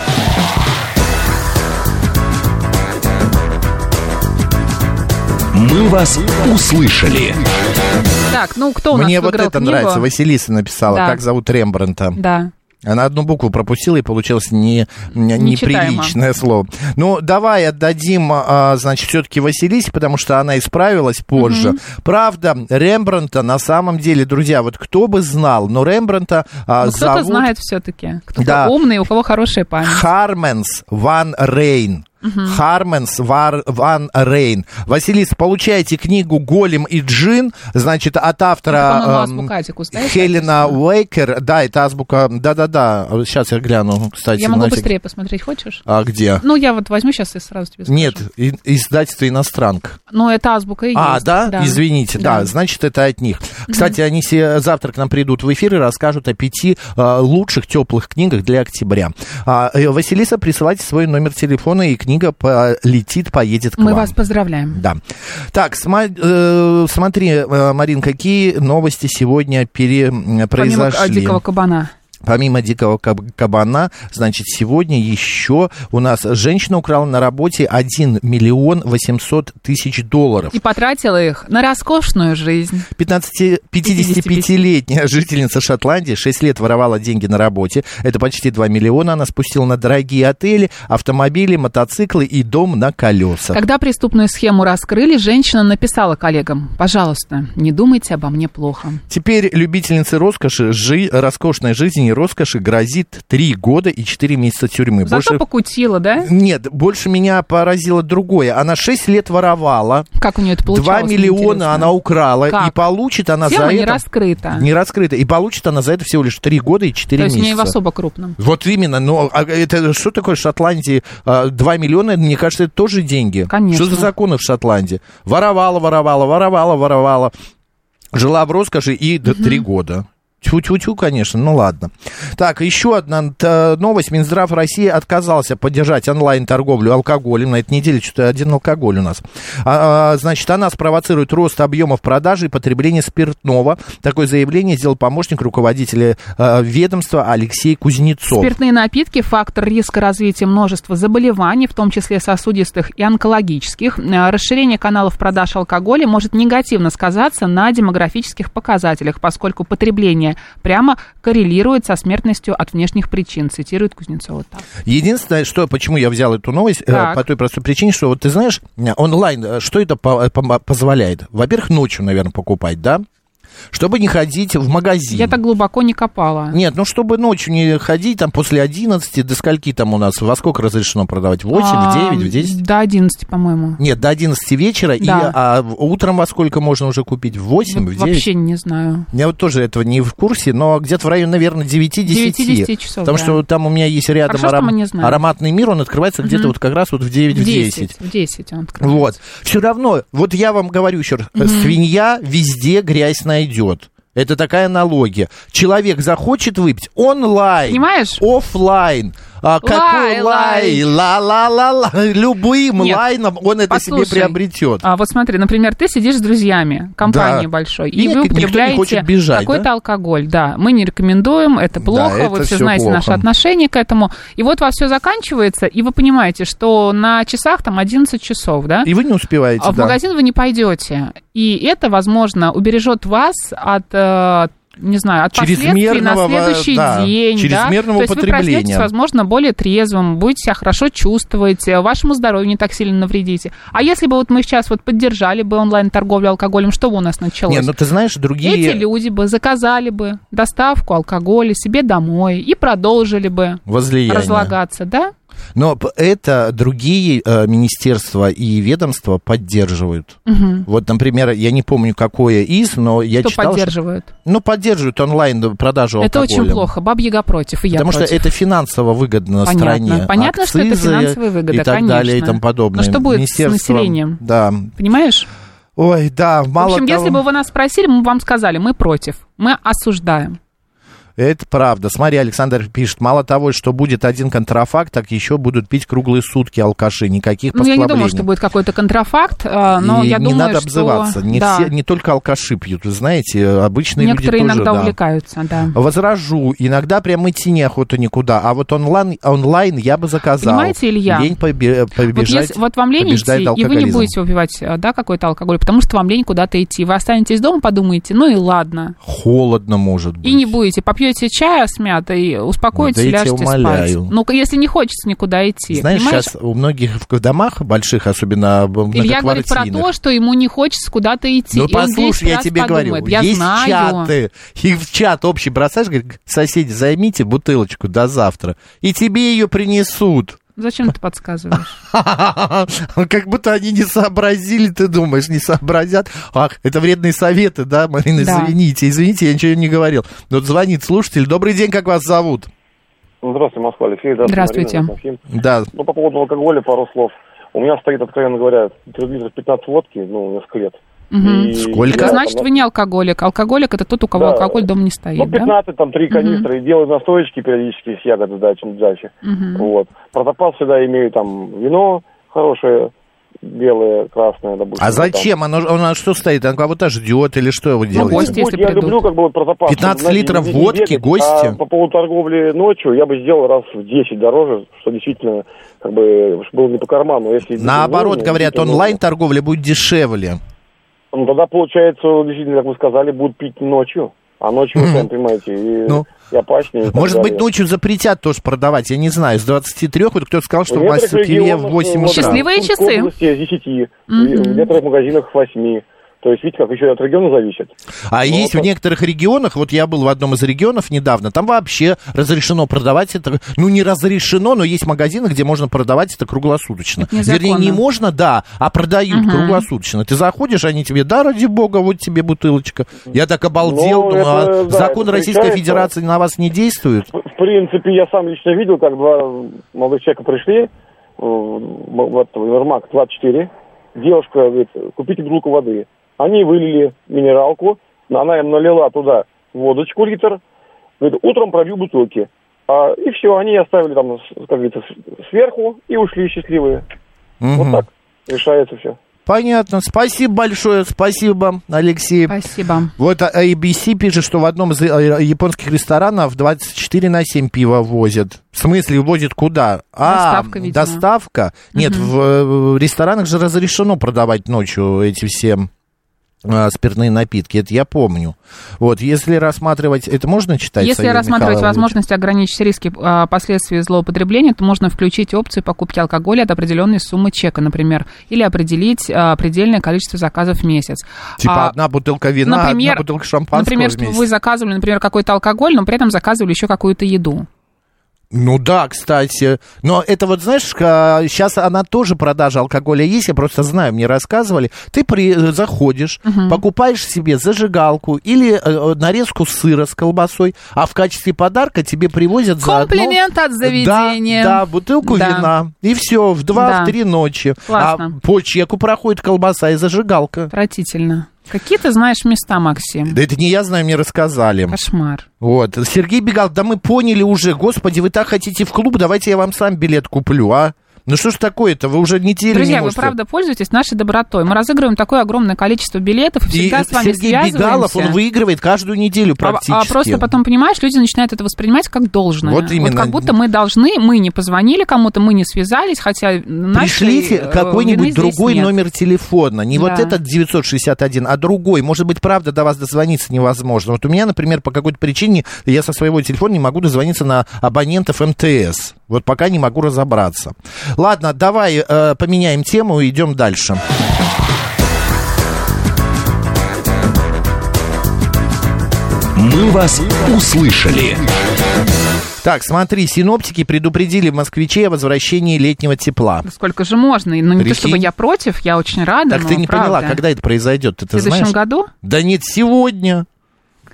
[SPEAKER 3] «Мы вас услышали».
[SPEAKER 2] Так, ну кто у нас
[SPEAKER 1] Мне вот
[SPEAKER 2] выиграл
[SPEAKER 1] это
[SPEAKER 2] книгу?
[SPEAKER 1] нравится. Василиса написала,
[SPEAKER 2] Да.
[SPEAKER 1] как зовут Рембранта.
[SPEAKER 2] Да.
[SPEAKER 1] Она одну букву пропустила, и получилось не, не-
[SPEAKER 2] Нечитаемо.
[SPEAKER 1] неприличное слово. Ну, давай отдадим, а, значит, все-таки Василисе, потому что она исправилась позже. Правда, Рембранта на самом деле, друзья, вот кто бы знал, но Рембранта а,
[SPEAKER 2] Ну, кто-то
[SPEAKER 1] зовут
[SPEAKER 2] знает все-таки. Кто-то
[SPEAKER 1] Да.
[SPEAKER 2] умный, у кого хорошая память.
[SPEAKER 1] Харменс Ван Рейн. Харменс Вар- Ван Рейн. Василис, получаете книгу «Голем и джин», значит, от
[SPEAKER 2] Это, по-моему,
[SPEAKER 1] автора эм,
[SPEAKER 2] азбука Атикус, да, это
[SPEAKER 1] Хелена Уэйкер. Да, это азбука, да-да-да, сейчас я гляну, кстати.
[SPEAKER 2] Я могу
[SPEAKER 1] на всякий-
[SPEAKER 2] быстрее посмотреть, хочешь?
[SPEAKER 1] А где?
[SPEAKER 2] Ну, я вот возьму сейчас и сразу тебе скажу.
[SPEAKER 1] Нет, и- издательство «Иностранка».
[SPEAKER 2] Ну, это азбука и
[SPEAKER 1] А,
[SPEAKER 2] есть.
[SPEAKER 1] да? Извините, да. значит, это от них. Кстати, они се- завтра к нам придут в эфир и расскажут о пяти э, лучших теплых книгах для октября. А, э, Василиса, присылайте свой номер телефона, и книга полетит, поедет к
[SPEAKER 2] Мы
[SPEAKER 1] вам.
[SPEAKER 2] вас поздравляем.
[SPEAKER 1] Да. Так, сма- э, смотри, э, Марин, какие новости сегодня пере- м, произошли?
[SPEAKER 2] Помимо а, дикого кабана.
[SPEAKER 1] Помимо дикого каб- кабана, значит, сегодня еще у нас женщина украла на работе 1 миллион 800 тысяч долларов.
[SPEAKER 2] И потратила их на роскошную жизнь.
[SPEAKER 1] 15 55-летняя жительница Шотландии 6 лет воровала деньги на работе. Это почти 2 миллиона. Она спустила на дорогие отели, автомобили, мотоциклы и дом на колесах.
[SPEAKER 2] Когда преступную схему раскрыли, женщина написала коллегам, пожалуйста, не думайте обо мне плохо.
[SPEAKER 1] Теперь любительнице роскоши, жи- роскошной жизни и роскоши грозит 3 года и 4 месяца тюрьмы.
[SPEAKER 2] Зато покутила, да?
[SPEAKER 1] Нет, больше меня поразило другое. Она 6 лет воровала,
[SPEAKER 2] Как у нее это получалось?
[SPEAKER 1] 2
[SPEAKER 2] мне
[SPEAKER 1] миллиона
[SPEAKER 2] интересно.
[SPEAKER 1] она украла, и
[SPEAKER 2] Как?
[SPEAKER 1] получит она
[SPEAKER 2] Схема
[SPEAKER 1] за
[SPEAKER 2] не
[SPEAKER 1] это...
[SPEAKER 2] раскрыта.
[SPEAKER 1] Не раскрыта. И получит она за это всего лишь 3 года и 4
[SPEAKER 2] То есть
[SPEAKER 1] месяца.
[SPEAKER 2] не в особо крупном.
[SPEAKER 1] Вот именно, но а это что такое в Шотландии? А, 2 миллиона, мне кажется, это тоже деньги.
[SPEAKER 2] Конечно.
[SPEAKER 1] Что за законы в Шотландии? Воровала, воровала, воровала, воровала. Жила в роскоши и до 3 года. Тьфу-тьфу-тьфу, конечно, ну ладно. Так, еще одна э, новость. Минздрав России отказался поддержать онлайн-торговлю алкоголем. На этой неделе что-то один алкоголь у нас. А, а, значит, она спровоцирует рост объемов продажи и потребления спиртного. Такое заявление сделал помощник руководителя э, ведомства Алексей Кузнецов.
[SPEAKER 2] Спиртные напитки – фактор риска развития множества заболеваний, в том числе сосудистых и онкологических. Э, Расширение каналов продаж алкоголя может негативно сказаться на демографических показателях, поскольку потребление прямо коррелирует со смертностью от внешних причин, цитирует Кузнецова. Так.
[SPEAKER 1] Единственное, что, почему я взял эту новость, э,
[SPEAKER 2] Так.
[SPEAKER 1] по той простой причине, что вот ты знаешь, э, онлайн, э, что это по- э, пома- позволяет? Во-первых, ночью, наверное, покупать, да? Чтобы не ходить в магазин.
[SPEAKER 2] Я так глубоко не копала.
[SPEAKER 1] Нет, ну чтобы ночью не ходить, там после 11, до скольки там у нас, во сколько разрешено продавать? В 8,
[SPEAKER 2] А,
[SPEAKER 1] в 9, в 10?
[SPEAKER 2] До 11, по-моему.
[SPEAKER 1] Нет, до 11 вечера,
[SPEAKER 2] Да. Ну,
[SPEAKER 1] и а, в- утром во сколько можно уже купить? В 8, в 9?
[SPEAKER 2] Вообще не знаю.
[SPEAKER 1] Я вот тоже этого не в курсе, но где-то в районе, наверное, 9-10.
[SPEAKER 2] 9-10 часов,
[SPEAKER 1] Потому
[SPEAKER 2] да.
[SPEAKER 1] что там у меня есть рядом
[SPEAKER 2] Хорошо, что
[SPEAKER 1] аром-
[SPEAKER 2] мы не знаем.
[SPEAKER 1] ароматный мир, он открывается где-то вот как раз вот в 9-10.
[SPEAKER 2] В 10. В 10 он открыл.
[SPEAKER 1] Вот. Все равно, вот я вам говорю еще раз, э, свинья везде грязь найдет. Это такая аналогия. Человек захочет выпить онлайн.
[SPEAKER 2] Понимаешь?
[SPEAKER 1] Оффлайн. А
[SPEAKER 2] Лай,
[SPEAKER 1] какой лай?
[SPEAKER 2] лай.
[SPEAKER 1] Ла-ла-ла-ла. Любым
[SPEAKER 2] Нет,
[SPEAKER 1] лайном он это себе
[SPEAKER 2] послушай.
[SPEAKER 1] приобретет.
[SPEAKER 2] А, вот смотри, например, ты сидишь с друзьями, компании
[SPEAKER 1] Да.
[SPEAKER 2] большой,
[SPEAKER 1] И
[SPEAKER 2] и вы
[SPEAKER 1] никто не
[SPEAKER 2] употребляете
[SPEAKER 1] хочет бежать,
[SPEAKER 2] какой-то
[SPEAKER 1] да?
[SPEAKER 2] алкоголь. Да, мы не рекомендуем, это плохо,
[SPEAKER 1] это
[SPEAKER 2] вы все
[SPEAKER 1] всё
[SPEAKER 2] знаете
[SPEAKER 1] плохо.
[SPEAKER 2] наше отношение к этому. И вот у вас все заканчивается, и вы понимаете, что на часах там 11 часов, да?
[SPEAKER 1] И вы не успеваете.
[SPEAKER 2] а в
[SPEAKER 1] да.
[SPEAKER 2] магазин вы не пойдете. И это, возможно, убережет вас от... э, не знаю, от последствий на
[SPEAKER 1] Чрезмерного,
[SPEAKER 2] следующий
[SPEAKER 1] да,
[SPEAKER 2] день. да.
[SPEAKER 1] чрезмерного
[SPEAKER 2] То есть вы
[SPEAKER 1] потребления.
[SPEAKER 2] проснетесь, возможно, более трезвым, будете себя хорошо чувствовать, э, вашему здоровью не так сильно навредите. А если бы вот мы сейчас вот поддержали бы онлайн-торговлю алкоголем, что бы у нас началось?
[SPEAKER 1] Не, ну ты знаешь,
[SPEAKER 2] Эти
[SPEAKER 1] другие
[SPEAKER 2] люди бы заказали бы доставку алкоголя себе домой и продолжили бы
[SPEAKER 1] возлияния.
[SPEAKER 2] разлагаться, да?
[SPEAKER 1] Но п- это другие э, министерства и ведомства поддерживают. Вот, например, я не помню, какое из, но я
[SPEAKER 2] Кто
[SPEAKER 1] читал, что-
[SPEAKER 2] поддерживает?
[SPEAKER 1] Ну, поддерживают онлайн продажу
[SPEAKER 2] Это
[SPEAKER 1] алкоголя.
[SPEAKER 2] очень плохо. Баб Яга против, и я
[SPEAKER 1] Потому
[SPEAKER 2] против.
[SPEAKER 1] что это финансово выгодно
[SPEAKER 2] Понятно.
[SPEAKER 1] стране.
[SPEAKER 2] Понятно, что это
[SPEAKER 1] Акцизы
[SPEAKER 2] финансовые выгоды,
[SPEAKER 1] и так
[SPEAKER 2] конечно.
[SPEAKER 1] далее и тому подобное.
[SPEAKER 2] Но что будет с
[SPEAKER 1] Министерство-
[SPEAKER 2] населением?
[SPEAKER 1] Да.
[SPEAKER 2] Понимаешь?
[SPEAKER 1] Ой, да,
[SPEAKER 2] В
[SPEAKER 1] мало
[SPEAKER 2] общем,
[SPEAKER 1] того-
[SPEAKER 2] если бы вы нас спросили, мы бы вам сказали, мы против, мы осуждаем.
[SPEAKER 1] Это правда. Смотри, Александр пишет, мало того, что будет один контрафакт, так еще будут пить круглые сутки алкаши, никаких
[SPEAKER 2] Ну, я не
[SPEAKER 1] послаблений.
[SPEAKER 2] думаю, что будет какой-то контрафакт, э, но
[SPEAKER 1] И
[SPEAKER 2] я
[SPEAKER 1] не
[SPEAKER 2] думаю,
[SPEAKER 1] надо
[SPEAKER 2] что-
[SPEAKER 1] обзываться. Не,
[SPEAKER 2] да.
[SPEAKER 1] все- не только алкаши пьют, вы знаете, э, обычные
[SPEAKER 2] Некоторые
[SPEAKER 1] люди тоже.
[SPEAKER 2] иногда
[SPEAKER 1] да.
[SPEAKER 2] увлекаются, да.
[SPEAKER 1] Возражу, иногда прям идти неохота никуда, а вот онлайн, онлайн я бы заказал.
[SPEAKER 2] Понимаете, Илья,
[SPEAKER 1] Лень побе-
[SPEAKER 2] Вот,
[SPEAKER 1] побежать,
[SPEAKER 2] если- вот вам лень идти,
[SPEAKER 1] побеждает
[SPEAKER 2] и вы не
[SPEAKER 1] алкоголизм.
[SPEAKER 2] будете убивать э, да, какой-то алкоголь, потому что вам лень куда-то идти. Вы останетесь дома, подумаете, ну и ладно.
[SPEAKER 1] Холодно может быть.
[SPEAKER 2] И не будете. Попьете чая с мятой, успокойтесь,
[SPEAKER 1] Да я тебя
[SPEAKER 2] ляжете спать.
[SPEAKER 1] умоляю.
[SPEAKER 2] Ну, если не хочется никуда идти.
[SPEAKER 1] Знаешь,
[SPEAKER 2] понимаешь?
[SPEAKER 1] сейчас у многих в домах больших, особенно
[SPEAKER 2] Илья говорит про
[SPEAKER 1] многоквартирных,
[SPEAKER 2] то, что ему не хочется куда-то идти.
[SPEAKER 1] Ну,
[SPEAKER 2] И он 10
[SPEAKER 1] послушай, я
[SPEAKER 2] раз
[SPEAKER 1] тебе
[SPEAKER 2] подумает.
[SPEAKER 1] говорю,
[SPEAKER 2] Я
[SPEAKER 1] есть
[SPEAKER 2] знаю.
[SPEAKER 1] чаты, их в чат общий бросаешь, говорит, соседи, займите бутылочку до завтра, и тебе ее принесут.
[SPEAKER 2] Зачем ты подсказываешь?
[SPEAKER 1] А Как будто они не сообразили, ты думаешь, не сообразят. Ах, это вредные советы, да, Марина,
[SPEAKER 2] Да.
[SPEAKER 1] извините, извините, я ничего не говорил. Вот звонит слушатель, добрый день, как вас зовут?
[SPEAKER 4] Ну, Здравствуйте, Москва, Алексей.
[SPEAKER 2] Здравствуйте.
[SPEAKER 4] Марина, Константин.
[SPEAKER 1] Да,
[SPEAKER 4] Ну, по поводу алкоголя пару слов. У меня стоит, откровенно говоря, 3 литра 15 водки, ну, несколько лет.
[SPEAKER 2] Мгм.
[SPEAKER 4] И
[SPEAKER 1] Сколько?
[SPEAKER 4] я
[SPEAKER 2] Значит,
[SPEAKER 4] там,
[SPEAKER 2] вы не алкоголик. Алкоголик это тот, у кого
[SPEAKER 4] Да.
[SPEAKER 2] алкоголь дома не стоит,
[SPEAKER 4] Ну,
[SPEAKER 2] да?
[SPEAKER 4] 15, там, 3 канистры, и делаю настоечки периодически с ягоды, да, чем дальше. Вот. Про запас всегда имею, там, вино хорошее, белое, красное, допустим.
[SPEAKER 1] а
[SPEAKER 4] там.
[SPEAKER 1] зачем? Оно, ж- оно что стоит? Оно кого-то ждет или что
[SPEAKER 4] Ну,
[SPEAKER 1] вы делаете?
[SPEAKER 2] гости, если
[SPEAKER 4] я
[SPEAKER 2] придут.
[SPEAKER 4] люблю как бы вот про запас.
[SPEAKER 1] 15
[SPEAKER 4] Знаете,
[SPEAKER 1] литров
[SPEAKER 4] не- не
[SPEAKER 1] водки,
[SPEAKER 4] бегать.
[SPEAKER 1] гости.
[SPEAKER 4] А по поводу торговли ночью я бы сделал раз в 10 дороже, что действительно как бы было не по карману. Если
[SPEAKER 1] Наоборот,
[SPEAKER 4] ну,
[SPEAKER 1] говорят,
[SPEAKER 4] то, ну,
[SPEAKER 1] онлайн-торговля будет дешевле.
[SPEAKER 4] Ну, тогда, получается, действительно, как вы сказали, будут пить ночью. А ночью, вы сами понимаете, и,
[SPEAKER 1] Ну.
[SPEAKER 4] и опаснее. и так
[SPEAKER 1] Может быть,
[SPEAKER 4] далее.
[SPEAKER 1] ночью запретят тоже продавать, я не знаю. С 23 вот кто-то сказал, что
[SPEAKER 4] В
[SPEAKER 1] в
[SPEAKER 4] некоторых
[SPEAKER 1] Москве в
[SPEAKER 4] регионах,
[SPEAKER 1] 8
[SPEAKER 4] ну, вот,
[SPEAKER 1] утра.
[SPEAKER 2] Счастливые
[SPEAKER 4] в Тульской
[SPEAKER 2] часы.
[SPEAKER 4] области с 10, в в некоторых магазинах 8. То есть, видите, как еще от региона зависит.
[SPEAKER 1] А
[SPEAKER 4] Ну,
[SPEAKER 1] есть в
[SPEAKER 4] вот.
[SPEAKER 1] некоторых регионах, вот я был в одном из регионов недавно, там вообще разрешено продавать это, ну не разрешено, но есть магазины, где можно продавать это круглосуточно.
[SPEAKER 2] Это незаконно.
[SPEAKER 1] Вернее, не можно, да, а продают круглосуточно. Ты заходишь, они тебе, да, ради бога, вот тебе бутылочка. Я так обалдел,
[SPEAKER 4] Ну,
[SPEAKER 1] думаю, а
[SPEAKER 4] это, да,
[SPEAKER 1] закон
[SPEAKER 4] это
[SPEAKER 1] Российской
[SPEAKER 4] встречается.
[SPEAKER 1] Федерации на вас не действует?
[SPEAKER 4] В- В принципе, я сам лично видел, как два молодых человека пришли э, в м- в этот универмаг 24. Девушка говорит, купите бутылку воды. Они вылили минералку, она им налила туда водочку литр. Говорит, утром пробью бутылки. А, и все, они оставили там, с- как говорится, с- сверху и ушли счастливые.
[SPEAKER 1] Мгм.
[SPEAKER 4] Вот так решается все.
[SPEAKER 1] Понятно. Спасибо большое, спасибо, Алексей.
[SPEAKER 2] Спасибо.
[SPEAKER 1] Вот а, ABC пишет, что в одном из э, японских ресторанов 24 на 7 пива возят. В смысле, возят куда? А,
[SPEAKER 2] Доставка, видимо.
[SPEAKER 1] доставка? Нет, в э, ресторанах же разрешено продавать ночью эти все э, спиртные напитки, это я помню. Вот, если рассматривать, это можно читать?
[SPEAKER 2] Если
[SPEAKER 1] Савелий
[SPEAKER 2] рассматривать
[SPEAKER 1] Михайлович?
[SPEAKER 2] возможность ограничить риски а, последствий злоупотребления, то можно включить опцию покупки алкоголя от определенной суммы чека, например, или определить а, предельное количество заказов в месяц.
[SPEAKER 1] Типа
[SPEAKER 2] А,
[SPEAKER 1] одна бутылка вина, одна бутылка шампанского
[SPEAKER 2] Например, что
[SPEAKER 1] вместе.
[SPEAKER 2] вы заказывали, например, какой-то алкоголь, но при этом заказывали еще какую-то еду.
[SPEAKER 1] Ну да, кстати. Но это вот, знаешь, сейчас она тоже продажа алкоголя есть, я просто знаю, мне рассказывали. Ты при, э, заходишь, покупаешь себе зажигалку или э, э, нарезку сыра с колбасой, а в качестве подарка тебе привозят за
[SPEAKER 2] Комплимент от заведения.
[SPEAKER 1] Да, да, бутылку
[SPEAKER 2] Да.
[SPEAKER 1] вина. И все, в два,
[SPEAKER 2] Да.
[SPEAKER 1] в три ночи.
[SPEAKER 2] Классно.
[SPEAKER 1] А по чеку проходит колбаса и зажигалка.
[SPEAKER 2] Отвратительно. Какие ты знаешь места, Максим?
[SPEAKER 1] Да это не я знаю, мне рассказали.
[SPEAKER 2] Кошмар.
[SPEAKER 1] Вот. Сергей Бегал, да мы поняли уже, господи, вы так хотите в клуб, давайте я вам сам билет куплю, а? Ну что ж такое-то, вы уже неделю не
[SPEAKER 2] Друзья, вы
[SPEAKER 1] можете.
[SPEAKER 2] правда пользуетесь нашей добротой. Мы разыгрываем такое огромное количество билетов и
[SPEAKER 1] И
[SPEAKER 2] всегда с вами
[SPEAKER 1] Сергей Бегалов, он
[SPEAKER 2] связываемся.
[SPEAKER 1] выигрывает каждую неделю
[SPEAKER 2] А-
[SPEAKER 1] практически.
[SPEAKER 2] А, просто потом, понимаешь, люди начинают это воспринимать как должное.
[SPEAKER 1] Вот именно.
[SPEAKER 2] как будто мы должны, мы не позвонили кому-то, мы не связались, хотя э,
[SPEAKER 1] Пришлите какой-нибудь другой номер телефона. Не вот
[SPEAKER 2] Да.
[SPEAKER 1] этот 961, а другой. Может быть, правда, до вас дозвониться невозможно. Вот у меня, например, по какой-то причине я со своего телефона не могу дозвониться на абонентов МТС. Вот пока не могу разобраться. Ладно, давай э, поменяем тему и идем дальше.
[SPEAKER 3] «Мы вас услышали».
[SPEAKER 1] Так, смотри, синоптики предупредили москвичей о возвращении летнего тепла.
[SPEAKER 2] Сколько же можно? Но не
[SPEAKER 1] Прикинь.
[SPEAKER 2] то чтобы я против, я очень рада.
[SPEAKER 1] Так
[SPEAKER 2] но
[SPEAKER 1] ты не
[SPEAKER 2] правда.
[SPEAKER 1] поняла, когда это произойдет, ты,
[SPEAKER 2] В следующем
[SPEAKER 1] знаешь?
[SPEAKER 2] году?
[SPEAKER 1] Да нет, сегодня.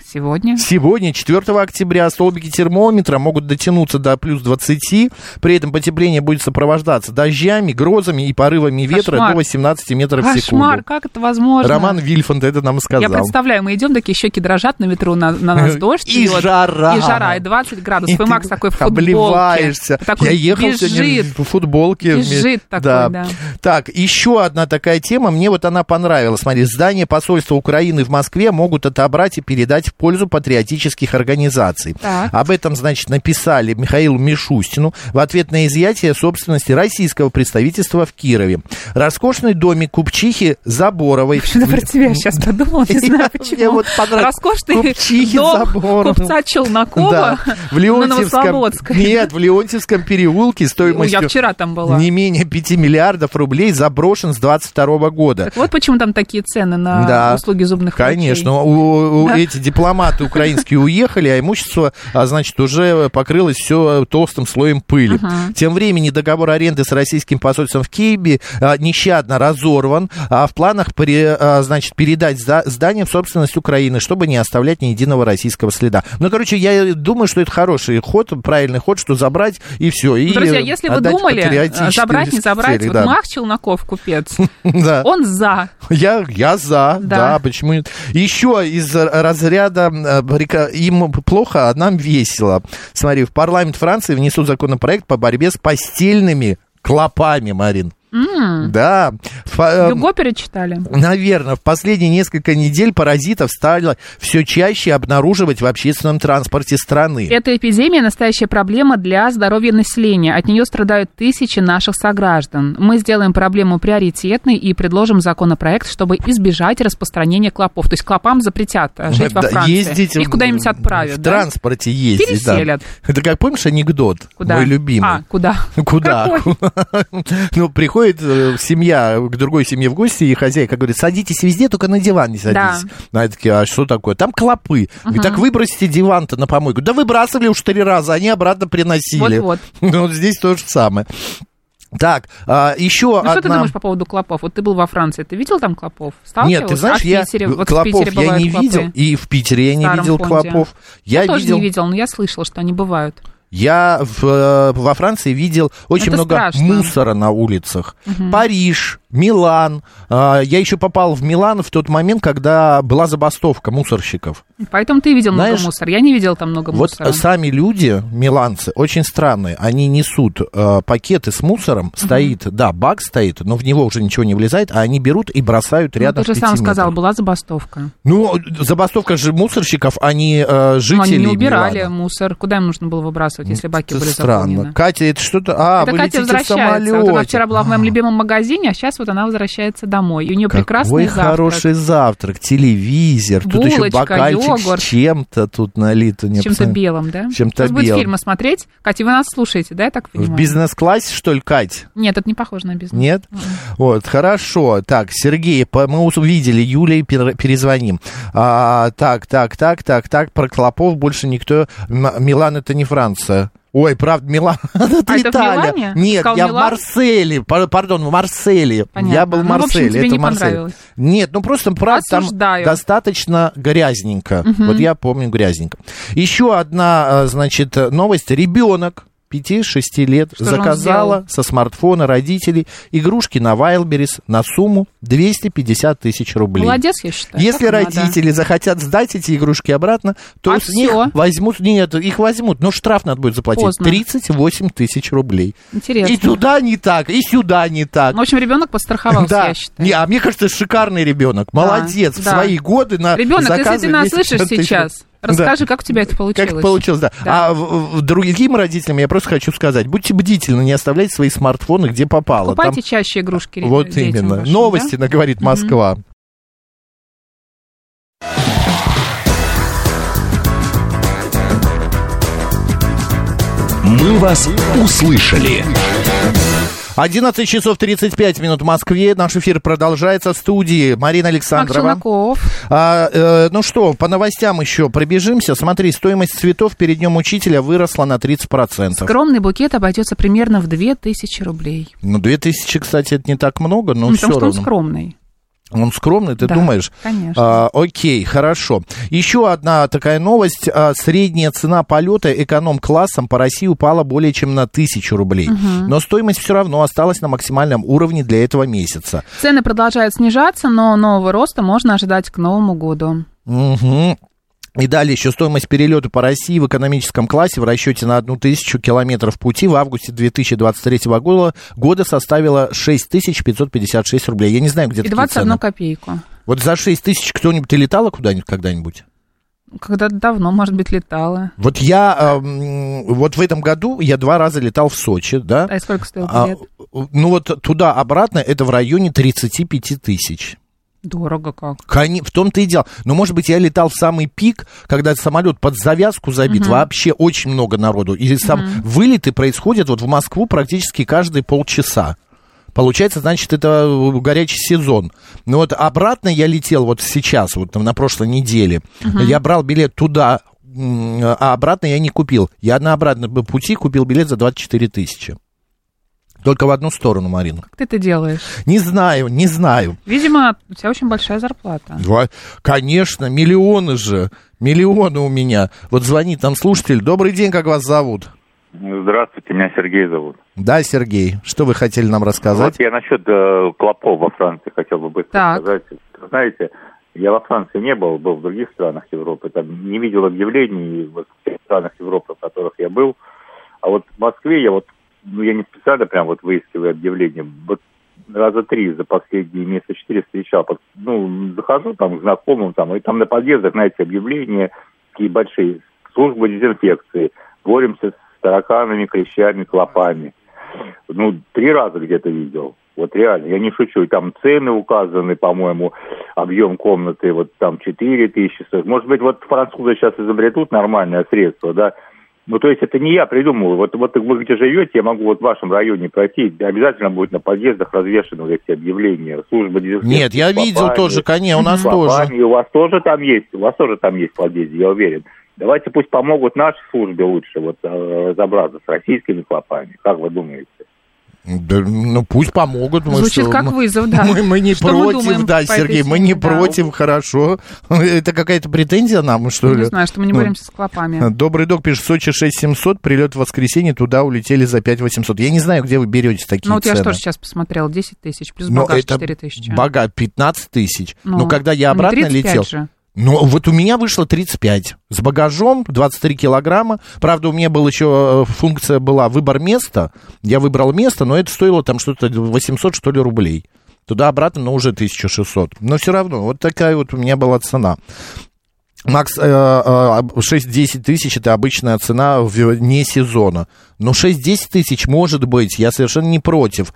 [SPEAKER 2] Сегодня?
[SPEAKER 1] Сегодня, 4 октября, столбики термометра могут дотянуться до плюс 20. При этом потепление будет сопровождаться дождями, грозами и порывами ветра
[SPEAKER 2] Кошмар.
[SPEAKER 1] до 18 метров в
[SPEAKER 2] Кошмар,
[SPEAKER 1] секунду.
[SPEAKER 2] как это возможно?
[SPEAKER 1] Роман Вильфанд это нам и
[SPEAKER 2] Я
[SPEAKER 1] сказал.
[SPEAKER 2] представляю, мы идем, такие щеки дрожат на ветру, на, на нас дождь.
[SPEAKER 1] И
[SPEAKER 2] идет,
[SPEAKER 1] жара.
[SPEAKER 2] И жара, и 20 градусов.
[SPEAKER 1] И
[SPEAKER 2] И,
[SPEAKER 1] ты
[SPEAKER 2] Макс такой в футболке.
[SPEAKER 1] Обливаешься.
[SPEAKER 2] Такой
[SPEAKER 1] Я ехал
[SPEAKER 2] бежит.
[SPEAKER 1] сегодня в футболке.
[SPEAKER 2] Бежит такой, да.
[SPEAKER 1] Так, еще одна такая тема. Мне вот она понравилась. Смотри, здание посольства Украины в Москве могут отобрать и передать в пользу патриотических организаций.
[SPEAKER 2] Так.
[SPEAKER 1] Об этом, значит, написали Михаилу Мишустину в ответ на изъятие собственности российского представительства в Кирове. Роскошный домик купчихи Заборовой.
[SPEAKER 2] Что-то про тебя сейчас подумал, Ну, не знаю почему.
[SPEAKER 1] Мне вот понравилось.
[SPEAKER 2] Роскошный
[SPEAKER 1] Купчихи
[SPEAKER 2] дом
[SPEAKER 1] забором.
[SPEAKER 2] купца Челнокова
[SPEAKER 1] Да. В
[SPEAKER 2] на
[SPEAKER 1] Леонтьевском...
[SPEAKER 2] Новослободской.
[SPEAKER 1] Нет, в Леонтьевском переулке стоимостью...
[SPEAKER 2] Я вчера там была.
[SPEAKER 1] Не менее 5 миллиардов рублей заброшен с 22 года.
[SPEAKER 2] Так вот почему там такие цены на
[SPEAKER 1] Да.
[SPEAKER 2] услуги зубных врачей.
[SPEAKER 1] Конечно, у- у- эти дипломаты украинские уехали, а имущество, а, значит, уже покрылось все толстым слоем пыли. Тем временем договор аренды с российским посольством в Киеве а, нещадно разорван, а в планах, пере- а, значит, передать зда- здание в собственность Украины, чтобы не оставлять ни единого российского следа. Ну, короче, я думаю, что это хороший ход, правильный ход, что забрать и все. И
[SPEAKER 2] Ну, Друзья, если вы
[SPEAKER 1] отдать
[SPEAKER 2] думали, э,
[SPEAKER 1] патриотические
[SPEAKER 2] забрать, не забрать,
[SPEAKER 1] цели,
[SPEAKER 2] вот
[SPEAKER 1] да.
[SPEAKER 2] Макс Челноков, купец,
[SPEAKER 1] Да.
[SPEAKER 2] он за.
[SPEAKER 1] Я, я за,
[SPEAKER 2] Да.
[SPEAKER 1] да. почему нет? Еще из разряда э, прика- им плохо, а нам весело. Смотри, в парламент Франции внесут законопроект по борьбе с постельными клопами, Марин. Да. Фа- эм,
[SPEAKER 2] Юго перечитали.
[SPEAKER 1] Наверное, в последние несколько недель паразитов стало все чаще обнаруживать в общественном транспорте страны.
[SPEAKER 2] Эта эпидемия – настоящая проблема для здоровья населения. От нее страдают тысячи наших сограждан. Мы сделаем проблему приоритетной и предложим законопроект, чтобы избежать распространения клопов. То есть клопам запретят э, жить во
[SPEAKER 1] Да,
[SPEAKER 2] Франции.
[SPEAKER 1] ездить
[SPEAKER 2] Их куда-нибудь
[SPEAKER 1] В
[SPEAKER 2] отправят. да?
[SPEAKER 1] транспорте ездить, да.
[SPEAKER 2] Переселят.
[SPEAKER 1] Это как, помнишь, анекдот?
[SPEAKER 2] Куда?
[SPEAKER 1] Мой любимый.
[SPEAKER 2] А, куда?
[SPEAKER 1] Куда?
[SPEAKER 2] Какой?
[SPEAKER 1] Ну, приходит э, семья к другой семье в гости, и хозяйка говорит, садитесь везде, только на диван не садитесь. А они такие, а что такое? Там клопы. Говорит, Так выбросите диван-то на помойку. Да выбрасывали уж три раза, они обратно приносили.
[SPEAKER 2] Вот-вот.
[SPEAKER 1] Ну, вот здесь то же самое. Так, а, еще
[SPEAKER 2] Ну, что ты
[SPEAKER 1] одна...
[SPEAKER 2] думаешь по поводу клопов? Вот ты был во Франции, ты видел там клопов? Сталкивался?
[SPEAKER 1] Нет, ты знаешь,
[SPEAKER 2] а в
[SPEAKER 1] я
[SPEAKER 2] Питере, вот в
[SPEAKER 1] клопов
[SPEAKER 2] Питере
[SPEAKER 1] я
[SPEAKER 2] бывают
[SPEAKER 1] не
[SPEAKER 2] клопы.
[SPEAKER 1] видел, и в Питере я не
[SPEAKER 2] старом
[SPEAKER 1] видел
[SPEAKER 2] фонде.
[SPEAKER 1] клопов. Я
[SPEAKER 2] Тоже
[SPEAKER 1] видел,
[SPEAKER 2] не видел, но я слышала, что они бывают.
[SPEAKER 1] я в, э, во Франции видел очень
[SPEAKER 2] Это
[SPEAKER 1] много
[SPEAKER 2] страшно.
[SPEAKER 1] мусора на улицах. Париж, Милан. А, я еще попал в Милан в тот момент, когда была забастовка мусорщиков.
[SPEAKER 2] Поэтому ты видел
[SPEAKER 1] Знаешь,
[SPEAKER 2] много мусора. Я не видел там много
[SPEAKER 1] Вот
[SPEAKER 2] мусора.
[SPEAKER 1] сами люди, миланцы, очень странные. Они несут э, пакеты с мусором, стоит, да, бак стоит, но в него уже ничего не влезает, а они берут и бросают
[SPEAKER 2] Ну,
[SPEAKER 1] рядом
[SPEAKER 2] ты же
[SPEAKER 1] в пяти
[SPEAKER 2] сам
[SPEAKER 1] метрах.
[SPEAKER 2] сказал, была забастовка.
[SPEAKER 1] Ну, забастовка же мусорщиков, они э,
[SPEAKER 2] Но
[SPEAKER 1] жители
[SPEAKER 2] они не убирали
[SPEAKER 1] Милана.
[SPEAKER 2] мусор. Куда им нужно было выбрасывать, если баки
[SPEAKER 1] Это
[SPEAKER 2] были
[SPEAKER 1] странно.
[SPEAKER 2] заполнены?
[SPEAKER 1] Катя, это что-то... А,
[SPEAKER 2] Это
[SPEAKER 1] вы
[SPEAKER 2] Катя
[SPEAKER 1] летите в
[SPEAKER 2] возвращается. Вот она
[SPEAKER 1] самолете.
[SPEAKER 2] вчера была в моем любимом магазине, а сейчас вот она возвращается домой. И у нее
[SPEAKER 1] Какой
[SPEAKER 2] прекрасный завтрак.
[SPEAKER 1] хороший завтрак, телевизор, тут еще
[SPEAKER 2] Булочка,
[SPEAKER 1] бокальчик
[SPEAKER 2] йогурт.
[SPEAKER 1] с чем-то тут налито.
[SPEAKER 2] С
[SPEAKER 1] не
[SPEAKER 2] Чем-то
[SPEAKER 1] обсна-
[SPEAKER 2] белым, да?
[SPEAKER 1] С чем-то
[SPEAKER 2] Сейчас будет
[SPEAKER 1] белым.
[SPEAKER 2] фильм смотреть. Катя, вы нас слушаете, да, я так
[SPEAKER 1] В
[SPEAKER 2] понимаю?
[SPEAKER 1] бизнес-классе, что ли, Кать?
[SPEAKER 2] Нет, это не похоже на бизнес.
[SPEAKER 1] Нет? Вот, хорошо. Так, Сергей, по- мы увидели, Юлей пере- перезвоним. А, так, так, так, так, так, про Клопов больше никто... М- Милан это не Франция. Ой, правда, Милан, это
[SPEAKER 2] А это в
[SPEAKER 1] Италия.
[SPEAKER 2] Милане?
[SPEAKER 1] Нет,
[SPEAKER 2] Сказал
[SPEAKER 1] я в
[SPEAKER 2] Милан?
[SPEAKER 1] Марселе, Пар- пардон, в Марселе.
[SPEAKER 2] Понятно.
[SPEAKER 1] Я был в
[SPEAKER 2] Ну, в общем,
[SPEAKER 1] Марселе,
[SPEAKER 2] тебе
[SPEAKER 1] это
[SPEAKER 2] не
[SPEAKER 1] Марсель.
[SPEAKER 2] понравилось.
[SPEAKER 1] Нет, ну просто правда там
[SPEAKER 2] Осуждаю.
[SPEAKER 1] достаточно грязненько. Вот я помню грязненько. Еще одна, а, значит, новость. Ребенок 5-6 лет
[SPEAKER 2] же он
[SPEAKER 1] заказала со смартфона родителей игрушки на Wildberries на сумму 250 тысяч рублей.
[SPEAKER 2] Молодец, я считаю.
[SPEAKER 1] Если
[SPEAKER 2] так и надо.
[SPEAKER 1] родители захотят сдать эти игрушки обратно, то
[SPEAKER 2] А
[SPEAKER 1] с них
[SPEAKER 2] всё?
[SPEAKER 1] возьмут, нет, их возьмут, но штраф надо будет заплатить
[SPEAKER 2] Поздно.
[SPEAKER 1] 38 тысяч рублей.
[SPEAKER 2] Интересно.
[SPEAKER 1] И туда не так, и сюда не так.
[SPEAKER 2] Ну, в общем, ребенок постраховался,
[SPEAKER 1] Да.
[SPEAKER 2] я считаю.
[SPEAKER 1] Не, а мне кажется, шикарный ребенок. Молодец. В
[SPEAKER 2] да.
[SPEAKER 1] свои годы на
[SPEAKER 2] Ребенок, если ты
[SPEAKER 1] заказы
[SPEAKER 2] нас
[SPEAKER 1] 250
[SPEAKER 2] слышишь
[SPEAKER 1] тысяч.
[SPEAKER 2] сейчас,
[SPEAKER 1] Да.
[SPEAKER 2] расскажи, как у тебя это получилось.
[SPEAKER 1] Как получилось, да.
[SPEAKER 2] Да.
[SPEAKER 1] А в- в- другим родителям я просто хочу сказать, будьте бдительны, не оставляйте свои смартфоны, где попало. Там-
[SPEAKER 2] Покупайте чаще игрушки ре-
[SPEAKER 1] вот
[SPEAKER 2] детям
[SPEAKER 1] именно.
[SPEAKER 2] вашим,
[SPEAKER 1] Новости, на говорит Москва.
[SPEAKER 3] «Мы вас услышали».
[SPEAKER 1] 11 часов 35 минут в Москве. Наш эфир продолжается в студии. Марина
[SPEAKER 2] да? Марк
[SPEAKER 1] Александрова.
[SPEAKER 2] Челноков.
[SPEAKER 1] А, э, ну что, по новостям еще пробежимся. Смотри, стоимость цветов перед днем учителя выросла на 30%.
[SPEAKER 2] Скромный букет обойдется примерно в 2000 рублей.
[SPEAKER 1] Ну, 2000, кстати, это не так много, но
[SPEAKER 2] Ну,
[SPEAKER 1] все
[SPEAKER 2] Потому что он
[SPEAKER 1] равно.
[SPEAKER 2] скромный.
[SPEAKER 1] Он скромный, ты
[SPEAKER 2] Да,
[SPEAKER 1] думаешь?
[SPEAKER 2] конечно.
[SPEAKER 1] А, окей, хорошо. Еще одна такая новость. А, средняя цена полета эконом-классом по России упала более чем на тысячу рублей. Но стоимость все равно осталась на максимальном уровне для этого месяца.
[SPEAKER 2] Цены продолжают снижаться, но нового роста можно ожидать к Новому году.
[SPEAKER 1] Мгм. И далее еще стоимость перелета по России в экономическом классе в расчете на одну тысячу километров пути в августе 2023 года, года составила 6556 рублей. Я не знаю, где
[SPEAKER 2] И
[SPEAKER 1] такие
[SPEAKER 2] 21
[SPEAKER 1] цены.
[SPEAKER 2] копейку.
[SPEAKER 1] Вот за 6 тысяч кто-нибудь ты летала куда-нибудь когда-нибудь?
[SPEAKER 2] Когда-то давно, может быть, летала.
[SPEAKER 1] Вот я, эм, вот в этом году я два раза летал в Сочи, да?
[SPEAKER 2] А и сколько стоил
[SPEAKER 1] А,
[SPEAKER 2] билет?
[SPEAKER 1] ну вот туда-обратно это в районе 35 тысяч.
[SPEAKER 2] Дорого как.
[SPEAKER 1] Кони- В том-то и дело. Но, может быть, я летал в самый пик, когда самолет под завязку забит. Вообще очень много народу. И сам вылеты происходят вот в Москву практически каждые полчаса. Получается, значит, это э, горячий сезон. Но вот обратно я летел вот сейчас, вот там на прошлой неделе. Я брал билет туда, м, а обратно я не купил. Я на обратном пути купил билет за 24 тысячи. Только в одну сторону, Марина.
[SPEAKER 2] Как ты это делаешь?
[SPEAKER 1] Не знаю, не знаю.
[SPEAKER 2] Видимо, у тебя очень большая зарплата.
[SPEAKER 1] Два. Конечно, миллионы же. Миллионы у меня. Вот звонит там слушатель. Добрый день, как вас зовут?
[SPEAKER 5] Здравствуйте, меня Сергей зовут.
[SPEAKER 1] Да, Сергей, что вы хотели нам рассказать?
[SPEAKER 5] Вот я насчет э, клопов во Франции хотел бы быстро
[SPEAKER 2] Так.
[SPEAKER 5] сказать. Вы Знаете, я во Франции не был, был в других странах Европы, там не видел объявлений вот, в тех странах Европы, в которых я был. А вот в Москве я вот, ну я не специально прям вот выискиваю объявления, вот раза три за последние месяца четыре встречал. Вот, Ну, захожу там к знакомым, там, и там на подъездах, знаете, объявления такие большие. Служба дезинфекции. Боремся с тараканами, клещами, клопами. Ну, три раза где-то видел. Вот реально, я не шучу. И там цены указаны, по-моему, объем комнаты, вот там 4 тысячи. стоит. Может быть, вот французы сейчас изобретут нормальное средство, да? Ну, то есть это не я придумал. Вот, вот вы где живете, я могу вот в вашем районе пройти. Обязательно будет на подъездах развешены вот эти объявления. Служба дезинфекции.
[SPEAKER 1] Нет, я видел
[SPEAKER 5] Попали.
[SPEAKER 1] тоже, конечно, у нас тоже.
[SPEAKER 5] Компании, у вас тоже там есть, у вас тоже там есть подъезде, я уверен. Давайте пусть помогут нашей службе лучше вот э, разобраться с российскими клопами. Как вы думаете?
[SPEAKER 1] Да, ну пусть помогут. Мы
[SPEAKER 2] Звучит
[SPEAKER 1] что,
[SPEAKER 2] как
[SPEAKER 1] мы-
[SPEAKER 2] вызов, да.
[SPEAKER 1] Мы, мы не
[SPEAKER 2] Что мы
[SPEAKER 1] против,
[SPEAKER 2] думаем
[SPEAKER 1] да,
[SPEAKER 2] по этой
[SPEAKER 1] Сергей, мы
[SPEAKER 2] теме,
[SPEAKER 1] не
[SPEAKER 2] да.
[SPEAKER 1] против, хорошо. Это какая-то претензия нам, что
[SPEAKER 2] Не
[SPEAKER 1] ли?
[SPEAKER 2] знаю, что мы не
[SPEAKER 1] Ну,
[SPEAKER 2] боремся с клопами.
[SPEAKER 1] Добрый док пишет, Сочи 6700, прилет в воскресенье, туда улетели за 5800. Я не знаю, где вы берете такие
[SPEAKER 2] Ну вот я
[SPEAKER 1] цены.
[SPEAKER 2] же тоже сейчас посмотрел, 10 тысяч, плюс
[SPEAKER 1] Но
[SPEAKER 2] багаж
[SPEAKER 1] это
[SPEAKER 2] 4 тысячи.
[SPEAKER 1] Бага 15 тысяч.
[SPEAKER 2] Ну,
[SPEAKER 1] Но когда я
[SPEAKER 2] не
[SPEAKER 1] обратно
[SPEAKER 2] 35
[SPEAKER 1] летел...
[SPEAKER 2] же.
[SPEAKER 1] Ну, вот у меня вышло 35. С багажом 23 килограмма. Правда, у меня была еще э, функция была выбор места. Я выбрал место, но это стоило там что-то 800, что ли, рублей. Туда-обратно, но уже 1600. Но все равно, вот такая вот у меня была цена. Макс, э, э, 6-10 тысяч это обычная цена вне сезона. Но 6-10 тысяч может быть, я совершенно не против.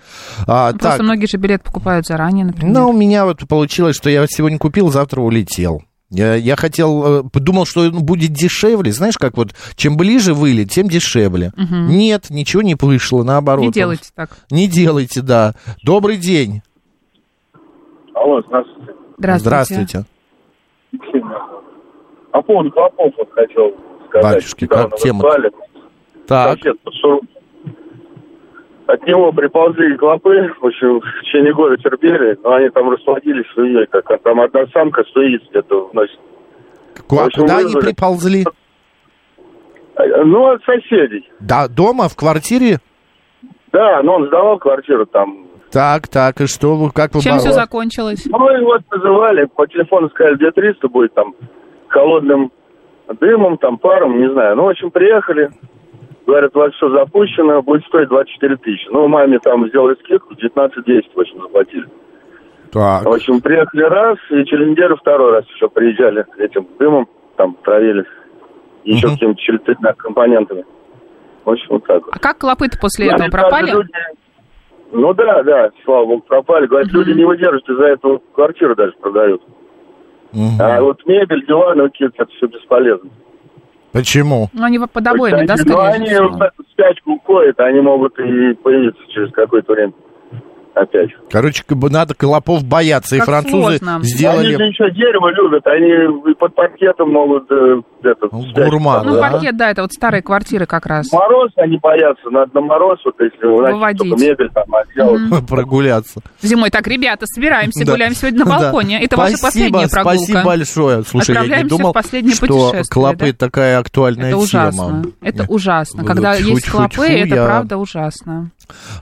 [SPEAKER 1] А,
[SPEAKER 2] Ну, Просто
[SPEAKER 1] так.
[SPEAKER 2] многие же билет покупают заранее, например.
[SPEAKER 1] Ну, у меня вот получилось, что я сегодня купил, завтра улетел. Я, я хотел, э, подумал, что он будет дешевле. Знаешь, как вот, чем ближе вылет, тем дешевле. Нет, ничего не вышло, наоборот.
[SPEAKER 2] не
[SPEAKER 1] Он-
[SPEAKER 2] делайте так.
[SPEAKER 1] Не делайте, да. Добрый день.
[SPEAKER 6] Алло, здравствуйте.
[SPEAKER 2] Здравствуйте.
[SPEAKER 6] А поводу клопов вот хотел сказать.
[SPEAKER 1] Батюшки,
[SPEAKER 6] Недавно
[SPEAKER 1] как тема?
[SPEAKER 6] выступали.
[SPEAKER 1] А, Так,
[SPEAKER 6] Сосед под Суру- От него приползли клопы, в общем, в течение года терпели, но они там расплодились свиньей, как а там одна самка с яиц где-то вносит.
[SPEAKER 1] ку- а
[SPEAKER 6] общем,
[SPEAKER 1] куда они
[SPEAKER 6] вызвали.
[SPEAKER 1] приползли?
[SPEAKER 6] А, Ну, от соседей.
[SPEAKER 1] Да, дома, в квартире?
[SPEAKER 6] Да, но он сдавал квартиру там.
[SPEAKER 1] Так, так, и что, вы- как вы...
[SPEAKER 2] Чем
[SPEAKER 1] бо-
[SPEAKER 2] все закончилось?
[SPEAKER 6] Ну, и вот называли, по телефону сказали, где 300 будет там, холодным дымом, там, паром, не знаю. Ну, в общем, приехали, говорят, у вас все запущено, будет стоить 24 тысячи. Ну, маме там сделали скидку, 19-10, в общем, заплатили.
[SPEAKER 2] А
[SPEAKER 1] Так.
[SPEAKER 6] В общем, приехали раз, и через неделю второй раз еще приезжали этим дымом, там травились. И Еще
[SPEAKER 1] Мгм.
[SPEAKER 6] какими-то чертыми компонентами. В общем, вот так вот.
[SPEAKER 2] А как клопы-то после
[SPEAKER 6] Ну,
[SPEAKER 2] этого
[SPEAKER 6] они правда,
[SPEAKER 2] пропали?
[SPEAKER 6] люди- Ну да, да, слава богу, пропали. Говорят, люди не выдержат, из-за этого квартиру даже продают.
[SPEAKER 1] Мгм.
[SPEAKER 6] А вот мебель, диваны, какие-то, это все бесполезно.
[SPEAKER 1] Почему?
[SPEAKER 2] Ну, они под обоями,
[SPEAKER 6] они,
[SPEAKER 2] да,
[SPEAKER 6] ну,
[SPEAKER 2] скорее
[SPEAKER 6] они
[SPEAKER 2] всего?
[SPEAKER 6] вот в эту спячку уходят, они могут и появиться через какое-то время.
[SPEAKER 4] опять.
[SPEAKER 1] Короче, как бы надо колопов бояться. и
[SPEAKER 2] Как
[SPEAKER 1] французы
[SPEAKER 2] сложно.
[SPEAKER 1] сделали...
[SPEAKER 4] Они же еще дерево любят, они и под пакетом могут э, это,
[SPEAKER 1] Ну,
[SPEAKER 4] взять.
[SPEAKER 1] Гурман,
[SPEAKER 2] Ну,
[SPEAKER 1] да?
[SPEAKER 2] пакет, да, это вот старые квартиры как раз.
[SPEAKER 4] Мороз они боятся, надо на мороз, вот если
[SPEAKER 2] Выводить.
[SPEAKER 4] выносить, чтобы мебель там отделать.
[SPEAKER 1] Прогуляться.
[SPEAKER 2] Зимой так, ребята, собираемся,
[SPEAKER 1] Да.
[SPEAKER 2] гуляем сегодня на
[SPEAKER 1] Да.
[SPEAKER 2] балконе. Это ваша
[SPEAKER 1] Спасибо,
[SPEAKER 2] последняя прогулка.
[SPEAKER 1] Спасибо большое. Слушай, я не
[SPEAKER 2] Отправляемся в
[SPEAKER 1] думал,
[SPEAKER 2] последнее
[SPEAKER 1] что
[SPEAKER 2] путешествие,
[SPEAKER 1] клопы такая актуальная
[SPEAKER 2] Это ужасно.
[SPEAKER 1] тема.
[SPEAKER 2] Это ужасно.
[SPEAKER 1] Вот
[SPEAKER 2] Когда
[SPEAKER 1] тьфу,
[SPEAKER 2] есть
[SPEAKER 1] тьфу,
[SPEAKER 2] клопы,
[SPEAKER 1] тьфу,
[SPEAKER 2] это
[SPEAKER 1] я-
[SPEAKER 2] правда ужасно.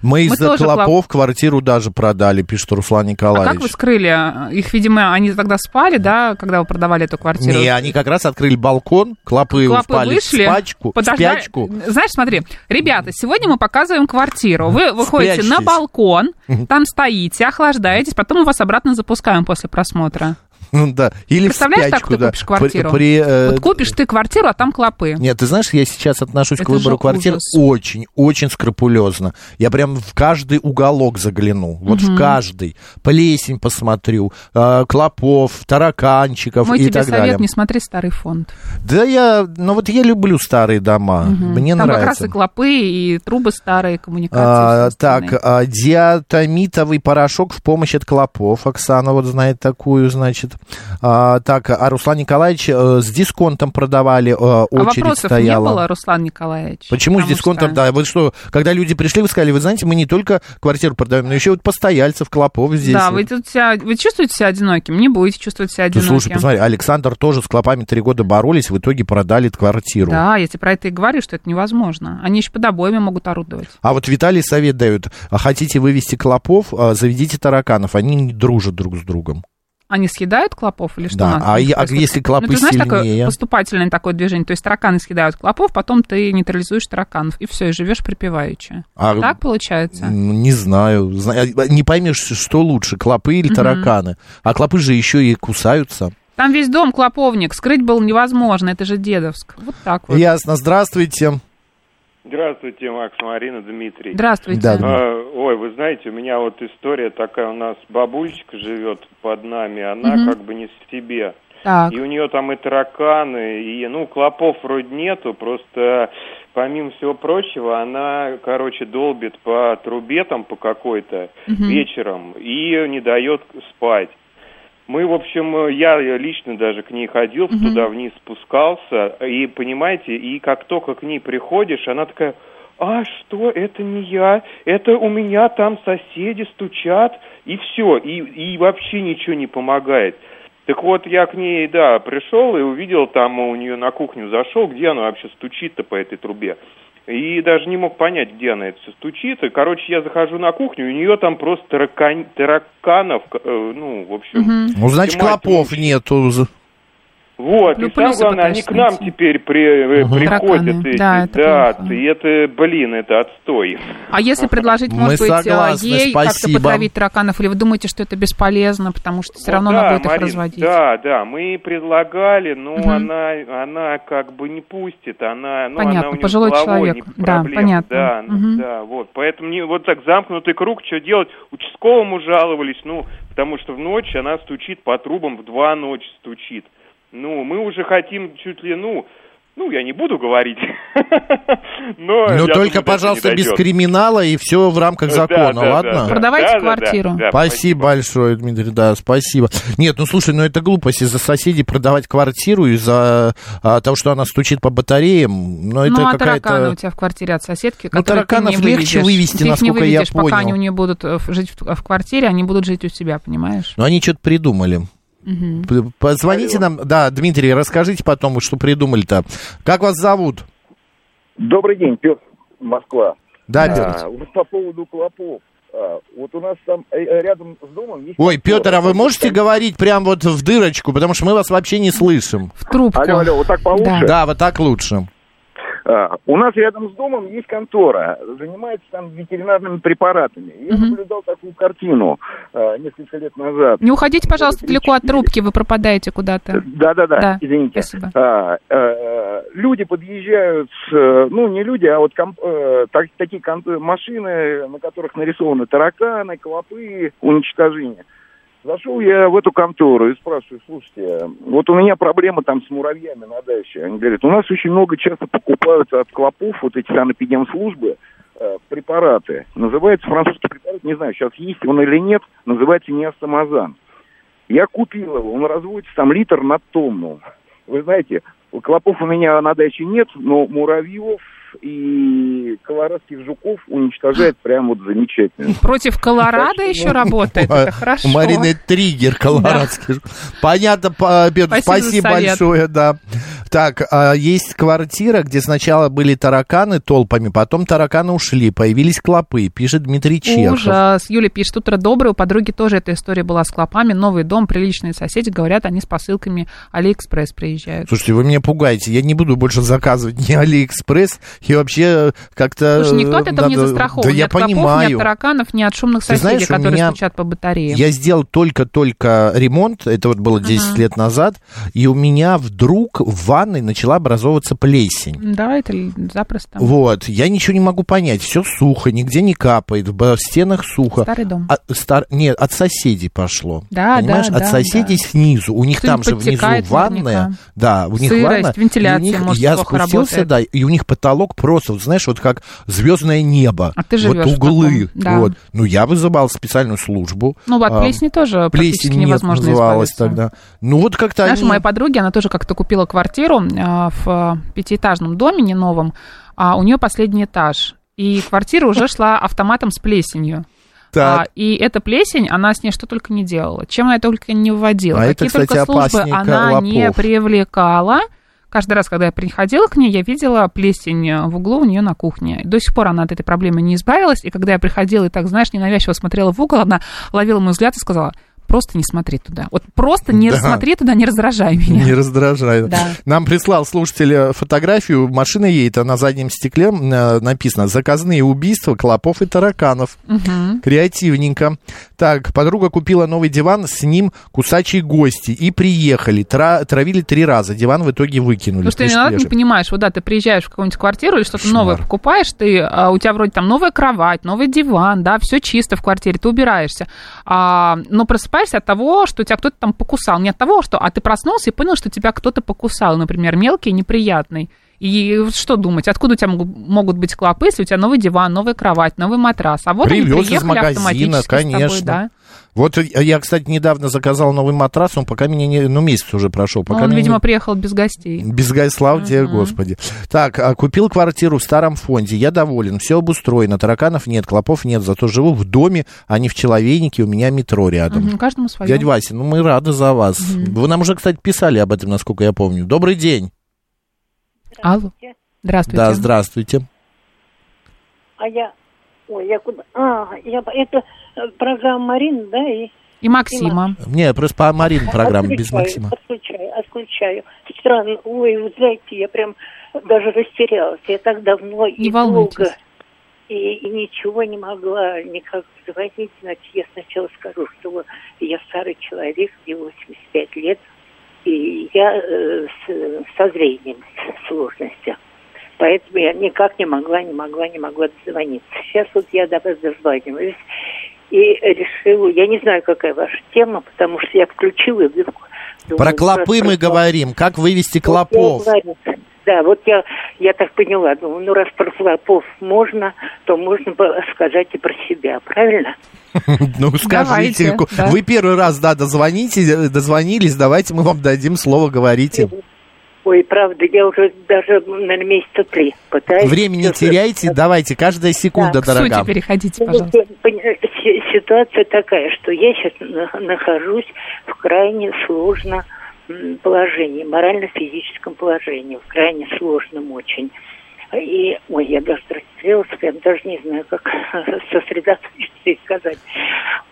[SPEAKER 1] Мы из-за
[SPEAKER 2] тоже клоп-
[SPEAKER 1] клопов квартиру даже продали, пишет
[SPEAKER 2] А
[SPEAKER 1] Руслан
[SPEAKER 2] как вы
[SPEAKER 1] Николаевич.
[SPEAKER 2] скрыли? Их, видимо, они тогда спали, да, когда вы продавали эту квартиру?
[SPEAKER 1] не, они как раз открыли балкон, клопы,
[SPEAKER 2] Клопы
[SPEAKER 1] впали
[SPEAKER 2] вышли,
[SPEAKER 1] в спячку, в
[SPEAKER 2] подождали-
[SPEAKER 1] спячку.
[SPEAKER 2] Знаешь, смотри, ребята, сегодня мы показываем квартиру. Вы выходите на
[SPEAKER 1] Спрячьтесь.
[SPEAKER 2] балкон, там стоите, охлаждаетесь, потом мы вас обратно запускаем после просмотра.
[SPEAKER 1] Ну да, или в
[SPEAKER 2] Представляешь, так
[SPEAKER 1] спячку,
[SPEAKER 2] ты
[SPEAKER 1] да.
[SPEAKER 2] купишь квартиру?
[SPEAKER 1] При- при, э,
[SPEAKER 2] Вот купишь ты квартиру, а там клопы.
[SPEAKER 1] Нет, ты знаешь, я сейчас отношусь к
[SPEAKER 2] Это
[SPEAKER 1] выбору
[SPEAKER 2] же
[SPEAKER 1] квартир
[SPEAKER 2] ужас.
[SPEAKER 1] очень, очень скрупулезно. Я прям в каждый уголок загляну. Вот в каждый. Плесень посмотрю, э, клопов, тараканчиков
[SPEAKER 2] Мой
[SPEAKER 1] и
[SPEAKER 2] тебе
[SPEAKER 1] так
[SPEAKER 2] совет,
[SPEAKER 1] далее.
[SPEAKER 2] не смотри старый фонд.
[SPEAKER 1] Да я, ну вот я люблю старые дома. Мне
[SPEAKER 2] там
[SPEAKER 1] нравится.
[SPEAKER 2] как раз и клопы, и трубы старые, коммуникации.
[SPEAKER 1] А,
[SPEAKER 2] все остальные.
[SPEAKER 1] так, а, диатомитовый порошок в помощь от клопов. Оксана вот знает такую, значит. А, так, а Руслан Николаевич э, с дисконтом продавали, э,
[SPEAKER 2] А
[SPEAKER 1] очередь
[SPEAKER 2] вопросов
[SPEAKER 1] стояла.
[SPEAKER 2] не было, Руслан Николаевич?
[SPEAKER 1] Почему с
[SPEAKER 2] Потому
[SPEAKER 1] дисконтом,
[SPEAKER 2] что-
[SPEAKER 1] да, вы что, когда люди пришли, вы сказали, вы знаете, мы не только квартиру продаем, но еще вот постояльцев, клопов здесь.
[SPEAKER 2] Да,
[SPEAKER 1] вот.
[SPEAKER 2] вы, тут себя, вы чувствуете себя одиноким? Не будете чувствовать себя
[SPEAKER 1] Ну,
[SPEAKER 2] одиноким.
[SPEAKER 1] слушай, посмотри, Александр тоже с клопами три года боролись, в итоге продали эту квартиру.
[SPEAKER 2] Да, я тебе про это и говорю, что это невозможно. Они еще под обоями могут орудовать.
[SPEAKER 1] А вот Виталий совет дают, а хотите вывести клопов, а, заведите тараканов, они не дружат друг с другом.
[SPEAKER 2] Они съедают клопов или что?
[SPEAKER 1] Да,
[SPEAKER 2] у нас
[SPEAKER 1] а
[SPEAKER 2] у них
[SPEAKER 1] я- а
[SPEAKER 2] происходит?
[SPEAKER 1] если клопы
[SPEAKER 2] ну, ты знаешь,
[SPEAKER 1] сильнее?
[SPEAKER 2] такое поступательное такое движение. То есть тараканы съедают клопов, потом ты нейтрализуешь тараканов, и все, и живешь припеваючи.
[SPEAKER 1] А,
[SPEAKER 2] Так получается?
[SPEAKER 1] м, Не знаю, зна- а, не поймешь, что лучше, клопы или тараканы. А клопы же еще и кусаются.
[SPEAKER 2] Там весь дом клоповник, скрыть было невозможно, это же Дедовск. Вот так вот.
[SPEAKER 1] Ясно, здравствуйте.
[SPEAKER 7] Здравствуйте, Макс, Марина, Дмитрий.
[SPEAKER 2] Здравствуйте.
[SPEAKER 1] Да, да.
[SPEAKER 7] Э, Ой, вы знаете, у меня вот история такая, у нас бабульчика живет под нами, она
[SPEAKER 2] Мгм.
[SPEAKER 7] как бы не в себе.
[SPEAKER 2] Так.
[SPEAKER 7] И у нее там и тараканы, и, ну, клопов вроде нету, просто, помимо всего прочего, она, короче, долбит по трубе там по какой-то вечером и не дает спать. Мы, в общем, э, я лично даже к ней ходил, туда вниз спускался, и, понимаете, и как только к ней приходишь, она такая, а что, это не я, это у меня там соседи стучат, и все, и, и вообще ничего не помогает. Так вот, я к ней, да, пришел и увидел там у нее на кухню зашел, где она вообще стучит-то по этой трубе. И даже не мог понять, где она это все стучит. И, короче, я захожу на кухню, и у нее там просто таракан- тараканов, э, ну, в общем,
[SPEAKER 1] Ну, значит,
[SPEAKER 7] Понимаете,
[SPEAKER 1] клопов нету.
[SPEAKER 7] вот,
[SPEAKER 2] Ну,
[SPEAKER 7] и самое
[SPEAKER 2] плюсы
[SPEAKER 7] главное, они
[SPEAKER 2] пытаешься
[SPEAKER 7] к нам
[SPEAKER 2] найти.
[SPEAKER 7] теперь при- э,
[SPEAKER 1] Мгм.
[SPEAKER 7] приходят.
[SPEAKER 2] Тараканы.
[SPEAKER 7] эти,
[SPEAKER 2] Да, это плохо.
[SPEAKER 7] и это, блин, это отстой.
[SPEAKER 2] А если предложить,
[SPEAKER 1] Мы
[SPEAKER 2] может быть, э,
[SPEAKER 1] согласны,
[SPEAKER 2] ей как-то
[SPEAKER 1] спасибо.
[SPEAKER 2] потравить тараканов, или вы думаете, что это бесполезно, потому что все
[SPEAKER 7] Вот
[SPEAKER 2] равно
[SPEAKER 7] Ну да,
[SPEAKER 2] надо будет их
[SPEAKER 7] Марин,
[SPEAKER 2] разводить?
[SPEAKER 7] Да, да, мы предлагали, но
[SPEAKER 2] Мгм.
[SPEAKER 7] она, она как бы не пустит, она, ну,
[SPEAKER 2] Понятно,
[SPEAKER 7] она у нее
[SPEAKER 2] пожилой
[SPEAKER 7] с головой
[SPEAKER 2] человек.
[SPEAKER 7] не
[SPEAKER 2] Да,
[SPEAKER 7] проблема.
[SPEAKER 2] понятно.
[SPEAKER 7] Да, ну,
[SPEAKER 2] Мгм.
[SPEAKER 7] да, вот. Поэтому мне вот так замкнутый круг, что делать? Участковому жаловались, ну, потому что в ночь она стучит по трубам, в два ночи стучит. Ну, мы уже хотим чуть ли, ну, ну, я не буду говорить.
[SPEAKER 1] Ну,
[SPEAKER 7] Но я
[SPEAKER 1] только,
[SPEAKER 7] думаю, до этого
[SPEAKER 1] пожалуйста,
[SPEAKER 7] не
[SPEAKER 1] без
[SPEAKER 7] дойдёт.
[SPEAKER 1] криминала и все в рамках
[SPEAKER 7] Да,
[SPEAKER 1] закона,
[SPEAKER 7] да, да,
[SPEAKER 1] ладно?
[SPEAKER 7] да.
[SPEAKER 2] Продавайте
[SPEAKER 7] Да, да, да,
[SPEAKER 2] квартиру.
[SPEAKER 7] да,
[SPEAKER 1] Спасибо большое, Дмитрий, да, спасибо. Нет, ну слушай, ну это глупость из-за соседей продавать квартиру из-за а, того, что она стучит по батареям. Ну это
[SPEAKER 2] ну, а тараканы у
[SPEAKER 1] какая-то...
[SPEAKER 2] тебя в квартире от соседки,
[SPEAKER 1] Ну,
[SPEAKER 2] которые
[SPEAKER 1] тараканов
[SPEAKER 2] ты не
[SPEAKER 1] легче
[SPEAKER 2] выведешь.
[SPEAKER 1] вывести,
[SPEAKER 2] Ты их не
[SPEAKER 1] насколько я
[SPEAKER 2] выведешь,
[SPEAKER 1] понял.
[SPEAKER 2] пока они у нее будут э, в- жить в, в квартире, они будут жить у себя, понимаешь?
[SPEAKER 1] Ну они что-то придумали. П- Позвоните нам, да, Дмитрий, расскажите потом, что придумали-то. Как вас зовут?
[SPEAKER 4] Добрый день, Петр, Москва.
[SPEAKER 1] Да, Петр.
[SPEAKER 4] А, вот по поводу клопов. А, вот у нас там э, э, рядом с домом есть...
[SPEAKER 1] Ой,
[SPEAKER 4] костер.
[SPEAKER 1] Петр, а вы можете говорить прям вот в дырочку, потому что мы вас вообще не слышим.
[SPEAKER 2] В трубку.
[SPEAKER 4] Алло, алло, вот так получше?
[SPEAKER 1] Да, вот так лучше.
[SPEAKER 4] А, у нас рядом с домом есть контора, занимается там ветеринарными препаратами. Я
[SPEAKER 2] Мгм.
[SPEAKER 4] наблюдал такую картину а, несколько лет назад.
[SPEAKER 2] Не уходите, пожалуйста, далеко от трубки, вы пропадаете куда-то.
[SPEAKER 4] Да-да-да,
[SPEAKER 2] Да,
[SPEAKER 4] извините.
[SPEAKER 2] спасибо.
[SPEAKER 4] А, э, люди подъезжают, с, э, ну не люди, а вот комп- э, так- такие кон- машины, на которых нарисованы тараканы, клопы, уничтожение. Зашел я в эту контору и спрашиваю, слушайте, вот у меня проблема там с муравьями на даче. Они говорят, у нас очень много часто покупаются от клопов вот эти санэпидемслужбы, э,
[SPEAKER 5] препараты. Называется французский препарат, не знаю, сейчас есть он или нет, называется неостомазан. Я купил его, он разводится там литр на тонну. Вы знаете, клопов у меня на даче нет, но муравьев и колорадских жуков уничтожает прям вот замечательно.
[SPEAKER 2] Против Колорадо еще работает, это хорошо.
[SPEAKER 1] У Марины Ну, это триггер колорадский. жук. Понятно, по- Петр,
[SPEAKER 2] Спасибо за
[SPEAKER 1] спасибо
[SPEAKER 2] совет.
[SPEAKER 1] большое, да. Так, а, есть квартира, где сначала были тараканы толпами, потом тараканы ушли, появились клопы, пишет Дмитрий Чехов.
[SPEAKER 2] Ужас. Юля пишет, утро доброе. У подруги тоже эта история была с клопами. Новый дом, приличные соседи. Говорят, они с посылками Алиэкспресс приезжают.
[SPEAKER 1] Слушайте, вы меня пугаете. Я не буду больше заказывать ни Алиэкспресс и вообще как-то...
[SPEAKER 2] Слушай, никто от этого не
[SPEAKER 1] Э, надо-
[SPEAKER 2] застрахован.
[SPEAKER 1] Да
[SPEAKER 2] ни
[SPEAKER 1] я
[SPEAKER 2] от клопов, ни от
[SPEAKER 1] понимаю.
[SPEAKER 2] тараканов, ни от шумных
[SPEAKER 1] Ты
[SPEAKER 2] соседей,
[SPEAKER 1] знаешь, у
[SPEAKER 2] которые
[SPEAKER 1] меня-
[SPEAKER 2] стучат по батарее.
[SPEAKER 1] Я сделал только-только ремонт, это вот было 10 лет назад, и у меня вдруг в ванной начала образовываться плесень.
[SPEAKER 2] Да, это л- запросто.
[SPEAKER 1] Вот, я ничего не могу понять, все сухо, нигде не капает, б- в стенах сухо.
[SPEAKER 2] Старый дом.
[SPEAKER 1] А, стар- Нет, от соседей пошло.
[SPEAKER 2] Да, да,
[SPEAKER 1] Понимаешь,
[SPEAKER 2] да,
[SPEAKER 1] от соседей
[SPEAKER 2] да.
[SPEAKER 1] снизу. У них там
[SPEAKER 2] Что-нибудь
[SPEAKER 1] же внизу
[SPEAKER 2] подтекает
[SPEAKER 1] ванная.
[SPEAKER 2] наверняка.
[SPEAKER 1] Да, у них
[SPEAKER 2] Сырость,
[SPEAKER 1] ванная. и у
[SPEAKER 2] вентиляция,
[SPEAKER 1] них-
[SPEAKER 2] может,
[SPEAKER 1] Я
[SPEAKER 2] плохо
[SPEAKER 1] спустился,
[SPEAKER 2] работает.
[SPEAKER 1] да, и у них потолок просто, вот знаешь, вот как звездное небо.
[SPEAKER 2] А ты живешь
[SPEAKER 1] Вот
[SPEAKER 2] в
[SPEAKER 1] углы.
[SPEAKER 2] таком, да.
[SPEAKER 1] Вот. Ну, я вызывал специальную службу.
[SPEAKER 2] Ну, от
[SPEAKER 1] А,
[SPEAKER 2] плесни тоже практически
[SPEAKER 1] плесень нет,
[SPEAKER 2] невозможно
[SPEAKER 1] называлась
[SPEAKER 2] избавиться.
[SPEAKER 1] тогда. Ну, вот как-то
[SPEAKER 2] Знаешь, у
[SPEAKER 1] они-
[SPEAKER 2] моей подруги, она тоже как-то купила квартиру а, в а, пятиэтажном доме, не новом, а у нее последний этаж. И квартира уже шла автоматом с плесенью.
[SPEAKER 1] Так.
[SPEAKER 2] А, и эта плесень, она с ней что только не делала, чем она только не выводила,
[SPEAKER 1] А это,
[SPEAKER 2] какие
[SPEAKER 1] кстати,
[SPEAKER 2] только службы
[SPEAKER 1] опаснее
[SPEAKER 2] она не
[SPEAKER 1] клопов.
[SPEAKER 2] привлекала. Каждый раз, когда я приходила к ней, я видела плесень в углу у нее на кухне. До сих пор она от этой проблемы не избавилась. И когда я приходила и так, знаешь, ненавязчиво смотрела в угол, она ловила мой взгляд и сказала, просто не смотри туда. Вот просто не
[SPEAKER 1] Да.
[SPEAKER 2] смотри туда, не раздражай меня.
[SPEAKER 1] Не раздражает.
[SPEAKER 2] Да.
[SPEAKER 1] Нам прислал слушатель э, фотографию. Машина едет, а на заднем стекле э, написано «Заказные убийства клопов и тараканов».
[SPEAKER 2] Мгм.
[SPEAKER 1] Креативненько. Так, подруга купила новый диван, с ним кусачие гости. И приехали. Тра- травили три раза. Диван в итоге выкинули.
[SPEAKER 2] Потому что ты
[SPEAKER 1] Пишет
[SPEAKER 2] иногда ну, не
[SPEAKER 1] Леша.
[SPEAKER 2] понимаешь, вот да, ты приезжаешь в какую-нибудь квартиру или что-то
[SPEAKER 1] Кошмар.
[SPEAKER 2] новое покупаешь, ты, а, у тебя вроде там новая кровать, новый диван, да, все чисто в квартире, ты убираешься, А, но просыпаешься от того, что тебя кто-то там покусал, не от того, что, а ты проснулся и понял, что тебя кто-то покусал, например, мелкий, неприятный. И вот что думать, откуда у тебя могу- могут быть клопы, если у тебя новый диван, новая кровать, новый матрас, а вот они
[SPEAKER 1] Привез
[SPEAKER 2] приехали
[SPEAKER 1] из магазина,
[SPEAKER 2] автоматически
[SPEAKER 1] конечно.
[SPEAKER 2] с тобой, да.
[SPEAKER 1] Вот э, я, кстати, недавно заказал новый матрас, он пока меня не... Ну, месяц уже прошел.
[SPEAKER 2] Но
[SPEAKER 1] Пока
[SPEAKER 2] он,
[SPEAKER 1] меня не-
[SPEAKER 2] видимо, приехал без гостей.
[SPEAKER 1] Без гай- слава тебе, Господи. Так, а, купил квартиру в старом фонде. Я доволен. Все обустроено. Тараканов нет, клопов нет. Зато живу в доме, а не в человейнике. У меня метро рядом.
[SPEAKER 2] Мгм, Каждому свое.
[SPEAKER 1] Дядь Вася, ну мы рады за вас.
[SPEAKER 2] Мгм.
[SPEAKER 1] Вы нам уже, кстати, писали об этом, насколько я помню. Добрый день.
[SPEAKER 2] Алло. Здравствуйте.
[SPEAKER 1] Да, здравствуйте.
[SPEAKER 8] А я... Ой, я куда... А, я... это э, программа Марин, да? И...
[SPEAKER 2] И Максима.
[SPEAKER 1] Не, просто по Марин программа без
[SPEAKER 8] Отключаю,
[SPEAKER 1] Максима.
[SPEAKER 8] Отключаю, отключаю. Странно. Ой, вы знаете, я прям даже растерялась. Я так давно и
[SPEAKER 2] волнуйтесь.
[SPEAKER 8] долго. И, и ничего не могла никак заводить. Значит, я сначала скажу, что вот я старый человек, мне 85 лет. И я э, с- со зрением сложности. Поэтому я никак не могла, не могла, не могла дозвониться. Сейчас вот я до вас дозваниваюсь и решила, я не знаю, какая ваша тема, потому что я включила и вдруг... думаю,
[SPEAKER 1] Про клопы
[SPEAKER 8] раз
[SPEAKER 1] мы
[SPEAKER 8] про клопов.
[SPEAKER 1] говорим. Как вывести
[SPEAKER 8] Вот я и
[SPEAKER 1] клопов?
[SPEAKER 8] говорю. Да, вот я, я так поняла, думаю, ну раз про клопов можно, то можно бы сказать и про себя, правильно?
[SPEAKER 1] Ну, скажите.
[SPEAKER 8] Давайте,
[SPEAKER 1] ку-
[SPEAKER 8] да.
[SPEAKER 1] Вы первый раз, да, дозвоните, э, дозвонились. Давайте мы вам дадим слово, говорите.
[SPEAKER 8] Ой, правда, я уже даже, наверное, месяца три пытаюсь.
[SPEAKER 1] Времени не
[SPEAKER 8] э,
[SPEAKER 1] теряйте, давайте, каждая секунда,
[SPEAKER 8] Так, к сути
[SPEAKER 1] дорога.
[SPEAKER 2] переходите,
[SPEAKER 8] Ну, вот, поня- си- Ситуация такая, что я сейчас нахожусь в крайне сложном м, положении, морально-физическом положении, в крайне сложном очень. И, ой, я даже растерялась, прям даже не знаю, как сосредоточиться и сказать.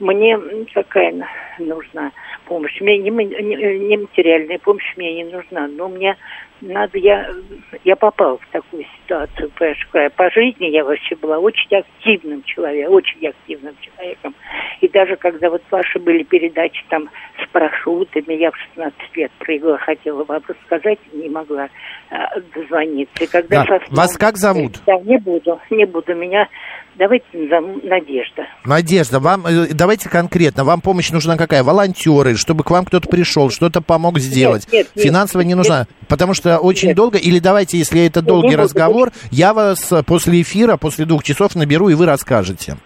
[SPEAKER 8] Мне м, какая на- нужна помощь? Мне не, ма- не- не материальная помощь мне не нужна, но мне надо, я, я попала в такую ситуацию, понимаешь, какая. по жизни я вообще была очень активным человеком, очень активным человеком. И даже когда вот ваши были передачи там с парашютами, я в 16 лет прыгала, хотела вам рассказать, не могла э, дозвониться. И
[SPEAKER 1] Да.
[SPEAKER 8] когда со сном-
[SPEAKER 1] Вас как зовут?
[SPEAKER 8] Да, не буду, не буду. Меня Давайте назову Надежда.
[SPEAKER 1] Надежда, вам э, давайте конкретно. Вам помощь нужна какая? Волонтеры, чтобы к вам кто-то пришел, что-то помог сделать.
[SPEAKER 8] нет, нет, Ну,
[SPEAKER 1] Финансово не нужна, потому что очень долго. Или давайте, если это долгий
[SPEAKER 8] не буду,
[SPEAKER 1] разговор, я вас э, после эфира, после двух часов наберу и вы расскажете.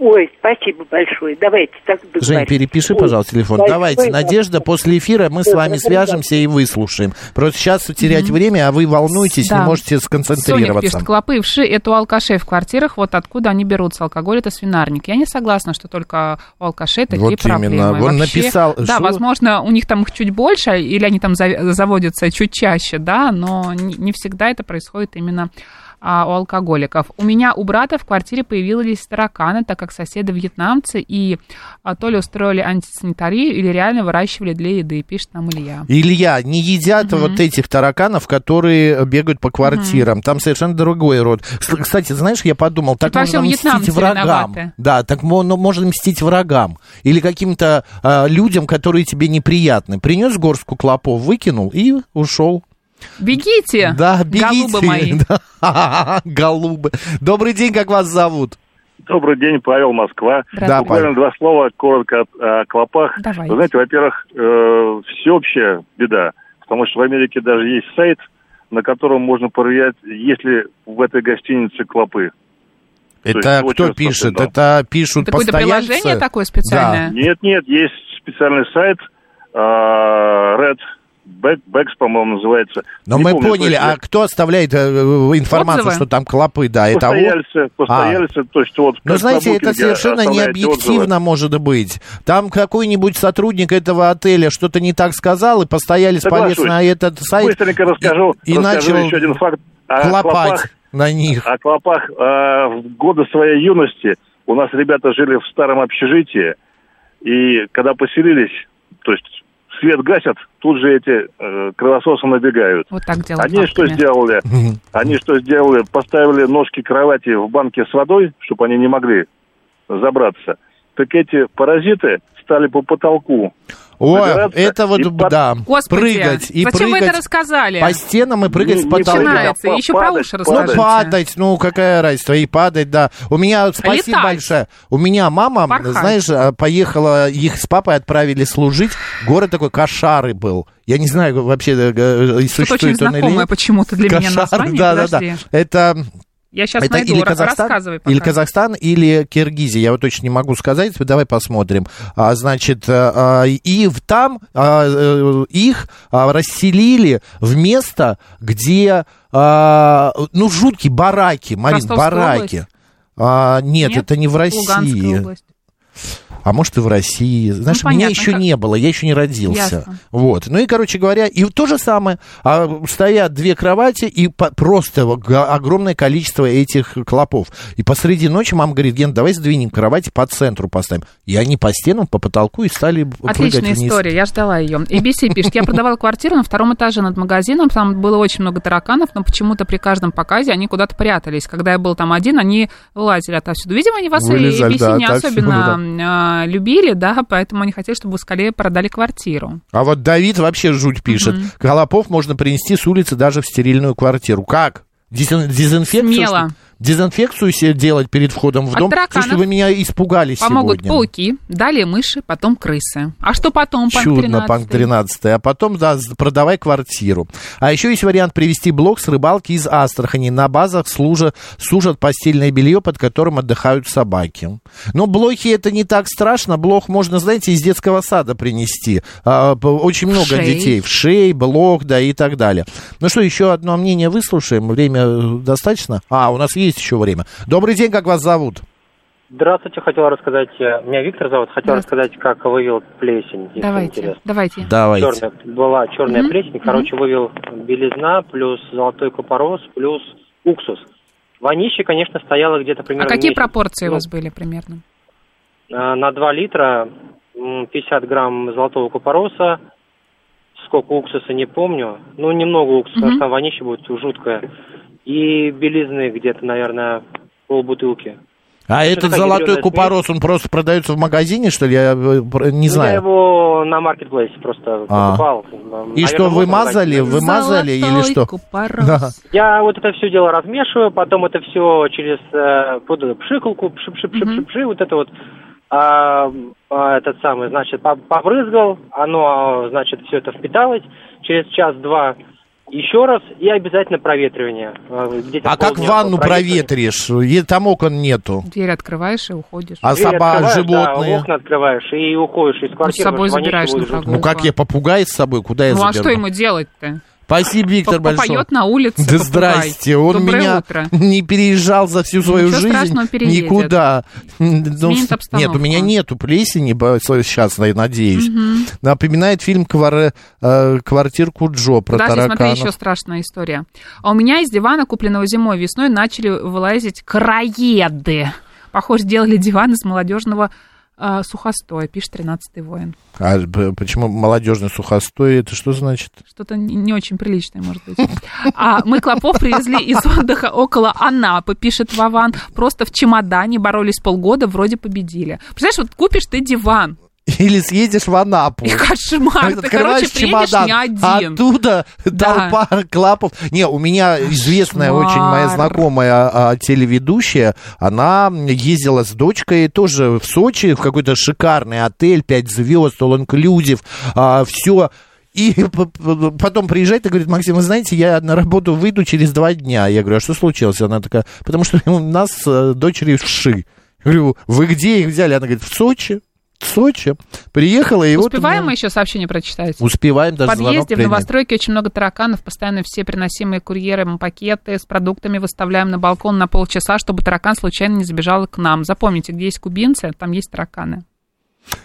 [SPEAKER 8] Ой, спасибо большое. Давайте так
[SPEAKER 1] Жень,
[SPEAKER 8] договоримся.
[SPEAKER 1] перепиши, пожалуйста, телефон.
[SPEAKER 8] большое
[SPEAKER 1] Давайте,
[SPEAKER 8] спасибо.
[SPEAKER 1] Надежда, после эфира мы с вами свяжемся и выслушаем. Просто сейчас терять время, а вы волнуетесь, не
[SPEAKER 2] Да.
[SPEAKER 1] можете
[SPEAKER 2] Соня
[SPEAKER 1] сконцентрироваться.
[SPEAKER 2] пишет, клопы и вши – это у алкашей в квартирах, вот откуда они берутся, алкоголь – это свинарник. Я не согласна, что только у алкашей такие
[SPEAKER 1] Вот именно.
[SPEAKER 2] проблемы.
[SPEAKER 1] Он написал,
[SPEAKER 2] Да,
[SPEAKER 1] что-
[SPEAKER 2] возможно, у них там их чуть больше, или они там зав- заводятся чуть чаще, да, но не не всегда это происходит именно а, у алкоголиков. У меня у брата в квартире появились тараканы, так как соседы вьетнамцы, и а, то ли устроили антисанитарию, или реально выращивали для еды, пишет нам Илья.
[SPEAKER 1] Илья, не едят
[SPEAKER 2] Мгм.
[SPEAKER 1] вот этих тараканов, которые бегают по квартирам. Там совершенно другой род. С- Кстати, знаешь, я подумал, так
[SPEAKER 2] во
[SPEAKER 1] можно
[SPEAKER 2] всем
[SPEAKER 1] мстить
[SPEAKER 2] вьетнамцы
[SPEAKER 1] врагам.
[SPEAKER 2] виноваты.
[SPEAKER 1] Да, так мо- ну, можно мстить врагам. Или каким-то а, людям, которые тебе неприятны. Принес горстку клопов, выкинул и ушел.
[SPEAKER 2] Бегите,
[SPEAKER 1] Да, бегите.
[SPEAKER 2] голубы мои.
[SPEAKER 1] Да, голубы. Добрый день, как вас зовут?
[SPEAKER 9] Добрый день, Павел Москва.
[SPEAKER 1] Здравствуйте. Да,
[SPEAKER 9] Буквально
[SPEAKER 1] Павел.
[SPEAKER 9] два слова коротко о, о клопах.
[SPEAKER 2] Давайте.
[SPEAKER 9] Вы знаете, во-первых, э, всеобщая беда, потому что в Америке даже есть сайт, на котором можно проверять, есть ли в этой гостинице клопы. То
[SPEAKER 1] Это
[SPEAKER 9] есть
[SPEAKER 1] кто
[SPEAKER 9] очень
[SPEAKER 1] пишет?
[SPEAKER 9] стопроцентно.
[SPEAKER 1] Это пишут
[SPEAKER 2] Какое-то
[SPEAKER 1] постояльцы?
[SPEAKER 2] приложение такое специальное?
[SPEAKER 9] Нет, нет, есть специальный сайт э, Red Back, Backs, по-моему, называется.
[SPEAKER 1] Но
[SPEAKER 9] Не
[SPEAKER 1] мы
[SPEAKER 9] помню
[SPEAKER 1] поняли,
[SPEAKER 9] точно.
[SPEAKER 1] а кто оставляет э, информацию,
[SPEAKER 9] Отзывы?
[SPEAKER 1] что там клопы? Да, это он?
[SPEAKER 9] постояльцы, постояльцы, то есть вот.
[SPEAKER 1] Ну,
[SPEAKER 9] как
[SPEAKER 1] знаете, это
[SPEAKER 9] работники
[SPEAKER 1] совершенно не
[SPEAKER 9] оставляют
[SPEAKER 1] объективно
[SPEAKER 9] отзывы.
[SPEAKER 1] может быть. Там какой-нибудь сотрудник этого отеля что-то не так сказал, и постоялец
[SPEAKER 9] Согласен.
[SPEAKER 1] полез на этот сайт.
[SPEAKER 9] Быстренько расскажу,
[SPEAKER 1] и
[SPEAKER 9] расскажу
[SPEAKER 1] начал
[SPEAKER 9] еще один факт о
[SPEAKER 1] клопать
[SPEAKER 9] клопах.
[SPEAKER 1] на них.
[SPEAKER 9] О клопах. Э, В годы своей юности у нас ребята жили в старом общежитии, и когда поселились, то есть свет гасят, тут же эти э, кровососы набегают.
[SPEAKER 2] Вот так делают
[SPEAKER 9] Они что
[SPEAKER 2] лапками.
[SPEAKER 9] сделали? Они что сделали? Поставили ножки кровати в банке с водой, чтобы они не могли забраться. Так эти паразиты стали по потолку.
[SPEAKER 1] О,
[SPEAKER 9] забираться
[SPEAKER 1] это вот,
[SPEAKER 9] и под-
[SPEAKER 1] да,
[SPEAKER 2] Господи,
[SPEAKER 1] прыгать и
[SPEAKER 2] зачем вы
[SPEAKER 1] прыгать
[SPEAKER 2] это рассказали?
[SPEAKER 1] по стенам и прыгать
[SPEAKER 9] Не-
[SPEAKER 1] с
[SPEAKER 9] не
[SPEAKER 1] потолка.
[SPEAKER 2] Начинается, еще про уши
[SPEAKER 1] Ну,
[SPEAKER 2] расскажите.
[SPEAKER 1] падать, ну, какая разница, и падать, да. У меня, спасибо
[SPEAKER 2] Летать.
[SPEAKER 1] большое, у меня мама,
[SPEAKER 2] Порхать.
[SPEAKER 1] знаешь, э, поехала, их с папой отправили служить, город такой Кошары был. Я не знаю вообще, э, э,
[SPEAKER 2] Что-то очень
[SPEAKER 1] существует он или
[SPEAKER 2] знакомое
[SPEAKER 1] нет.
[SPEAKER 2] почему-то для меня
[SPEAKER 1] Кошары,
[SPEAKER 2] название.
[SPEAKER 1] да, да, да.
[SPEAKER 2] Подожди.
[SPEAKER 1] Это...
[SPEAKER 2] Я сейчас
[SPEAKER 1] это
[SPEAKER 2] найду,
[SPEAKER 1] или
[SPEAKER 2] Ра-
[SPEAKER 1] Казахстан,
[SPEAKER 2] рассказывай пока.
[SPEAKER 1] или Казахстан, или Киргизия. Я вот точно не могу сказать. Давай посмотрим. А, значит, а, а, и в- там а, э, их а, расселили в место, где а, ну жуткие бараки, Марин,
[SPEAKER 2] Ростовская
[SPEAKER 1] бараки.
[SPEAKER 2] область?
[SPEAKER 1] А, нет, это не в
[SPEAKER 2] Луганская
[SPEAKER 1] России.
[SPEAKER 2] область.
[SPEAKER 1] А может и в России. Знаешь, меня
[SPEAKER 2] Ну, понятно,
[SPEAKER 1] еще
[SPEAKER 2] как-
[SPEAKER 1] не было, я еще не родился.
[SPEAKER 2] Ясно.
[SPEAKER 1] Вот. Ну и, короче говоря, и то же самое. А, стоят две кровати и по- просто вот га- огромное количество этих клопов. И посреди ночи мама говорит, Ген, давай сдвинем кровати по центру поставим. И они по стенам, по потолку и стали прыгать
[SPEAKER 2] Отличная
[SPEAKER 1] вниз.
[SPEAKER 2] история, я ждала ее. ABC пишет, я продавала квартиру на втором этаже над магазином, там было очень много тараканов, но почему-то при каждом показе они куда-то прятались. Когда я был там один, они вылазили отовсюду. Видимо, они вас и
[SPEAKER 1] Вылезали,
[SPEAKER 2] ABC
[SPEAKER 1] да,
[SPEAKER 2] не
[SPEAKER 1] отовсюду,
[SPEAKER 2] особенно а, любили, да, поэтому они хотели, чтобы вы скорее продали квартиру.
[SPEAKER 1] А вот Давид вообще жуть пишет.
[SPEAKER 2] Мгм.
[SPEAKER 1] Колопов можно принести с улицы даже в стерильную квартиру. Как? Дезин- дезинфекцию?
[SPEAKER 2] Смело.
[SPEAKER 1] что- Дезинфекцию себе делать перед входом в
[SPEAKER 2] От
[SPEAKER 1] дом?
[SPEAKER 2] тараканов.
[SPEAKER 1] Слушай, вы меня испугали
[SPEAKER 2] Помогут
[SPEAKER 1] сегодня.
[SPEAKER 2] пауки, далее мыши, потом крысы. А что потом, Панк
[SPEAKER 1] Чудно,
[SPEAKER 2] 13?
[SPEAKER 1] Панк 13. А потом, да, с- продавай квартиру. А еще есть вариант привезти блок с рыбалки из Астрахани. На базах служа, служат постельное белье, под которым отдыхают собаки. Но блохи это не так страшно. Блох можно, знаете, из детского сада принести. А, п- очень много
[SPEAKER 2] шей.
[SPEAKER 1] детей. В шей, блох, да, и так далее. Ну что, еще одно мнение выслушаем. Время э, достаточно? А, у нас есть еще время. Добрый день, как вас зовут?
[SPEAKER 10] Здравствуйте, хотел рассказать, э, меня Виктор зовут, хотел рассказать, как вывел плесень, если
[SPEAKER 2] Давайте,
[SPEAKER 10] интересно.
[SPEAKER 2] давайте. А
[SPEAKER 1] Давайте.
[SPEAKER 10] Черная, была черная
[SPEAKER 2] Мгм,
[SPEAKER 10] плесень, короче, вывел белизна, плюс золотой купорос, плюс уксус. Вонище, конечно, стояло где-то
[SPEAKER 2] А
[SPEAKER 10] примерно
[SPEAKER 2] какие
[SPEAKER 10] месяц.
[SPEAKER 2] пропорции у
[SPEAKER 10] Ну,
[SPEAKER 2] вас были примерно?
[SPEAKER 10] э, На 2 литра м, 50 грамм золотого купороса, сколько уксуса, не помню. Ну, немного уксуса, потому что там вонище будет жуткое. И белизны где-то, наверное, полбутылки.
[SPEAKER 1] А
[SPEAKER 10] Шестая
[SPEAKER 1] этот золотой
[SPEAKER 10] ядреная
[SPEAKER 1] купорос, он просто продается в магазине, что ли? Я э, про- не
[SPEAKER 10] Ну, Я
[SPEAKER 1] знаю.
[SPEAKER 10] его на маркетплейсе просто
[SPEAKER 1] А.
[SPEAKER 10] покупал.
[SPEAKER 1] И что, вы мазали? Вы мазали или что? Да.
[SPEAKER 10] Я вот это все дело размешиваю, потом это все через э, вот эту пшикалку, пши пши пши пши пши, вот это вот а, а, этот самый, значит, по- побрызгал, оно, а, значит, все это впиталось, через час-два еще раз и обязательно проветривание. А, где-то
[SPEAKER 1] А как
[SPEAKER 10] полдня
[SPEAKER 1] ванну
[SPEAKER 10] проветривание.
[SPEAKER 1] проветришь? Е- Там окон нету.
[SPEAKER 2] Дверь открываешь и уходишь.
[SPEAKER 1] А
[SPEAKER 10] Дверь
[SPEAKER 1] собак,
[SPEAKER 10] открываешь, да,
[SPEAKER 1] животные?
[SPEAKER 10] окна открываешь и уходишь из квартиры.
[SPEAKER 2] собой
[SPEAKER 10] потому что
[SPEAKER 2] забираешь
[SPEAKER 10] вонючий
[SPEAKER 2] на
[SPEAKER 10] воздух.
[SPEAKER 1] Ну как я попугай с собой? Куда я
[SPEAKER 2] Ну а
[SPEAKER 1] заберу?
[SPEAKER 2] что ему делать-то?
[SPEAKER 1] Спасибо, Виктор,
[SPEAKER 2] Поп-
[SPEAKER 1] большое.
[SPEAKER 2] попоет на улице
[SPEAKER 1] Да
[SPEAKER 2] попугай.
[SPEAKER 1] здрасте, он
[SPEAKER 2] Доброе
[SPEAKER 1] меня
[SPEAKER 2] утро.
[SPEAKER 1] не переезжал за всю свою
[SPEAKER 2] Ничего
[SPEAKER 1] жизнь
[SPEAKER 2] страшного, переедет.
[SPEAKER 1] никуда. Ну,
[SPEAKER 2] Сменит
[SPEAKER 1] Нет,
[SPEAKER 2] обстановку.
[SPEAKER 1] у меня нету плесени, сейчас, надеюсь.
[SPEAKER 2] Мгм.
[SPEAKER 1] Напоминает фильм «Квар- э, «Квартирку Джо» про
[SPEAKER 2] Подожди, смотри,
[SPEAKER 1] тараканов.
[SPEAKER 2] еще страшная история. А у меня из дивана, купленного зимой и весной, начали вылазить краеды. Похоже, делали диван из молодежного э, сухостоя, пишет 13-й воин.
[SPEAKER 1] А б- почему молодежный сухостой? Это что значит?
[SPEAKER 2] Что-то не не очень приличное, может быть. А мы клопов привезли из отдыха около Анапы, пишет Вован. Просто в чемодане боролись полгода, вроде победили. Представляешь, вот купишь ты диван.
[SPEAKER 1] Или съедешь в Анапу.
[SPEAKER 2] И кошмар. Ты, короче,
[SPEAKER 1] Открываешь
[SPEAKER 2] приедешь
[SPEAKER 1] чемодан,
[SPEAKER 2] не
[SPEAKER 1] а
[SPEAKER 2] один.
[SPEAKER 1] оттуда толпа клапов. Не, у меня известная очень моя знакомая а, телеведущая, она ездила с дочкой тоже в Сочи, в какой-то шикарный отель, 5 звезд, all inclusive, все. И п- п- потом приезжает и говорит, Максим, вы знаете, я на работу выйду через два дня. Я говорю, а что случилось? Она такая, потому что у нас э, дочери вши. Я говорю, вы где их взяли? Она говорит, в Сочи. В Сочи. Приехала, и вот... у меня-
[SPEAKER 2] Успеваем мы еще сообщение прочитать?
[SPEAKER 1] Успеваем
[SPEAKER 2] В
[SPEAKER 1] даже звонок
[SPEAKER 2] подъезде в
[SPEAKER 1] принять.
[SPEAKER 2] новостройке очень много тараканов. Постоянно все приносимые курьером пакеты с продуктами выставляем на балкон на полчаса, чтобы таракан случайно не забежал к нам. Запомните, где есть кубинцы, там есть тараканы.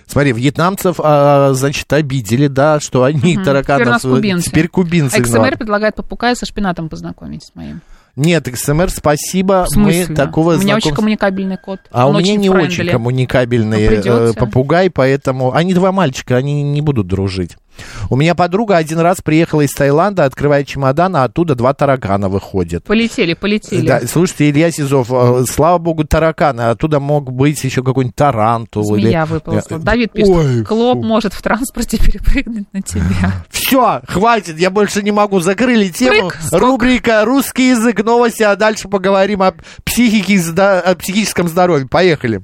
[SPEAKER 1] Смотри, вьетнамцев, а, значит, обидели, да, что они
[SPEAKER 2] Мгм.
[SPEAKER 1] тараканов... э,
[SPEAKER 2] Теперь у нас кубинцы.
[SPEAKER 1] Теперь кубинцы
[SPEAKER 2] А XMR
[SPEAKER 1] виноваты.
[SPEAKER 2] предлагает попугая со шпинатом познакомить с моим.
[SPEAKER 1] Нет, XMR, спасибо,
[SPEAKER 2] В смысле?
[SPEAKER 1] мы такого
[SPEAKER 2] У меня
[SPEAKER 1] знаком-
[SPEAKER 2] очень коммуникабельный кот.
[SPEAKER 1] А
[SPEAKER 2] Он
[SPEAKER 1] у меня не
[SPEAKER 2] friendly.
[SPEAKER 1] очень коммуникабельный
[SPEAKER 2] Ну, придется.
[SPEAKER 1] э, попугай, поэтому... Они два мальчика, они не будут дружить. У меня подруга один раз приехала из Таиланда, открывая чемодан, а оттуда два таракана выходят.
[SPEAKER 2] Полетели, полетели.
[SPEAKER 1] Да, слушайте, Илья Сизов, э, слава богу, тараканы, оттуда мог быть еще какой-нибудь тарантул.
[SPEAKER 2] Змея
[SPEAKER 1] или... э,
[SPEAKER 2] выползла. Давид пишет, клоп может в транспорте перепрыгнуть на тебя.
[SPEAKER 1] Все, хватит, я больше не могу. Закрыли тему.
[SPEAKER 2] Прыг, скок.
[SPEAKER 1] Рубрика «Русский язык», новости, а дальше поговорим о, психике, и зда- о психическом здоровье. Поехали.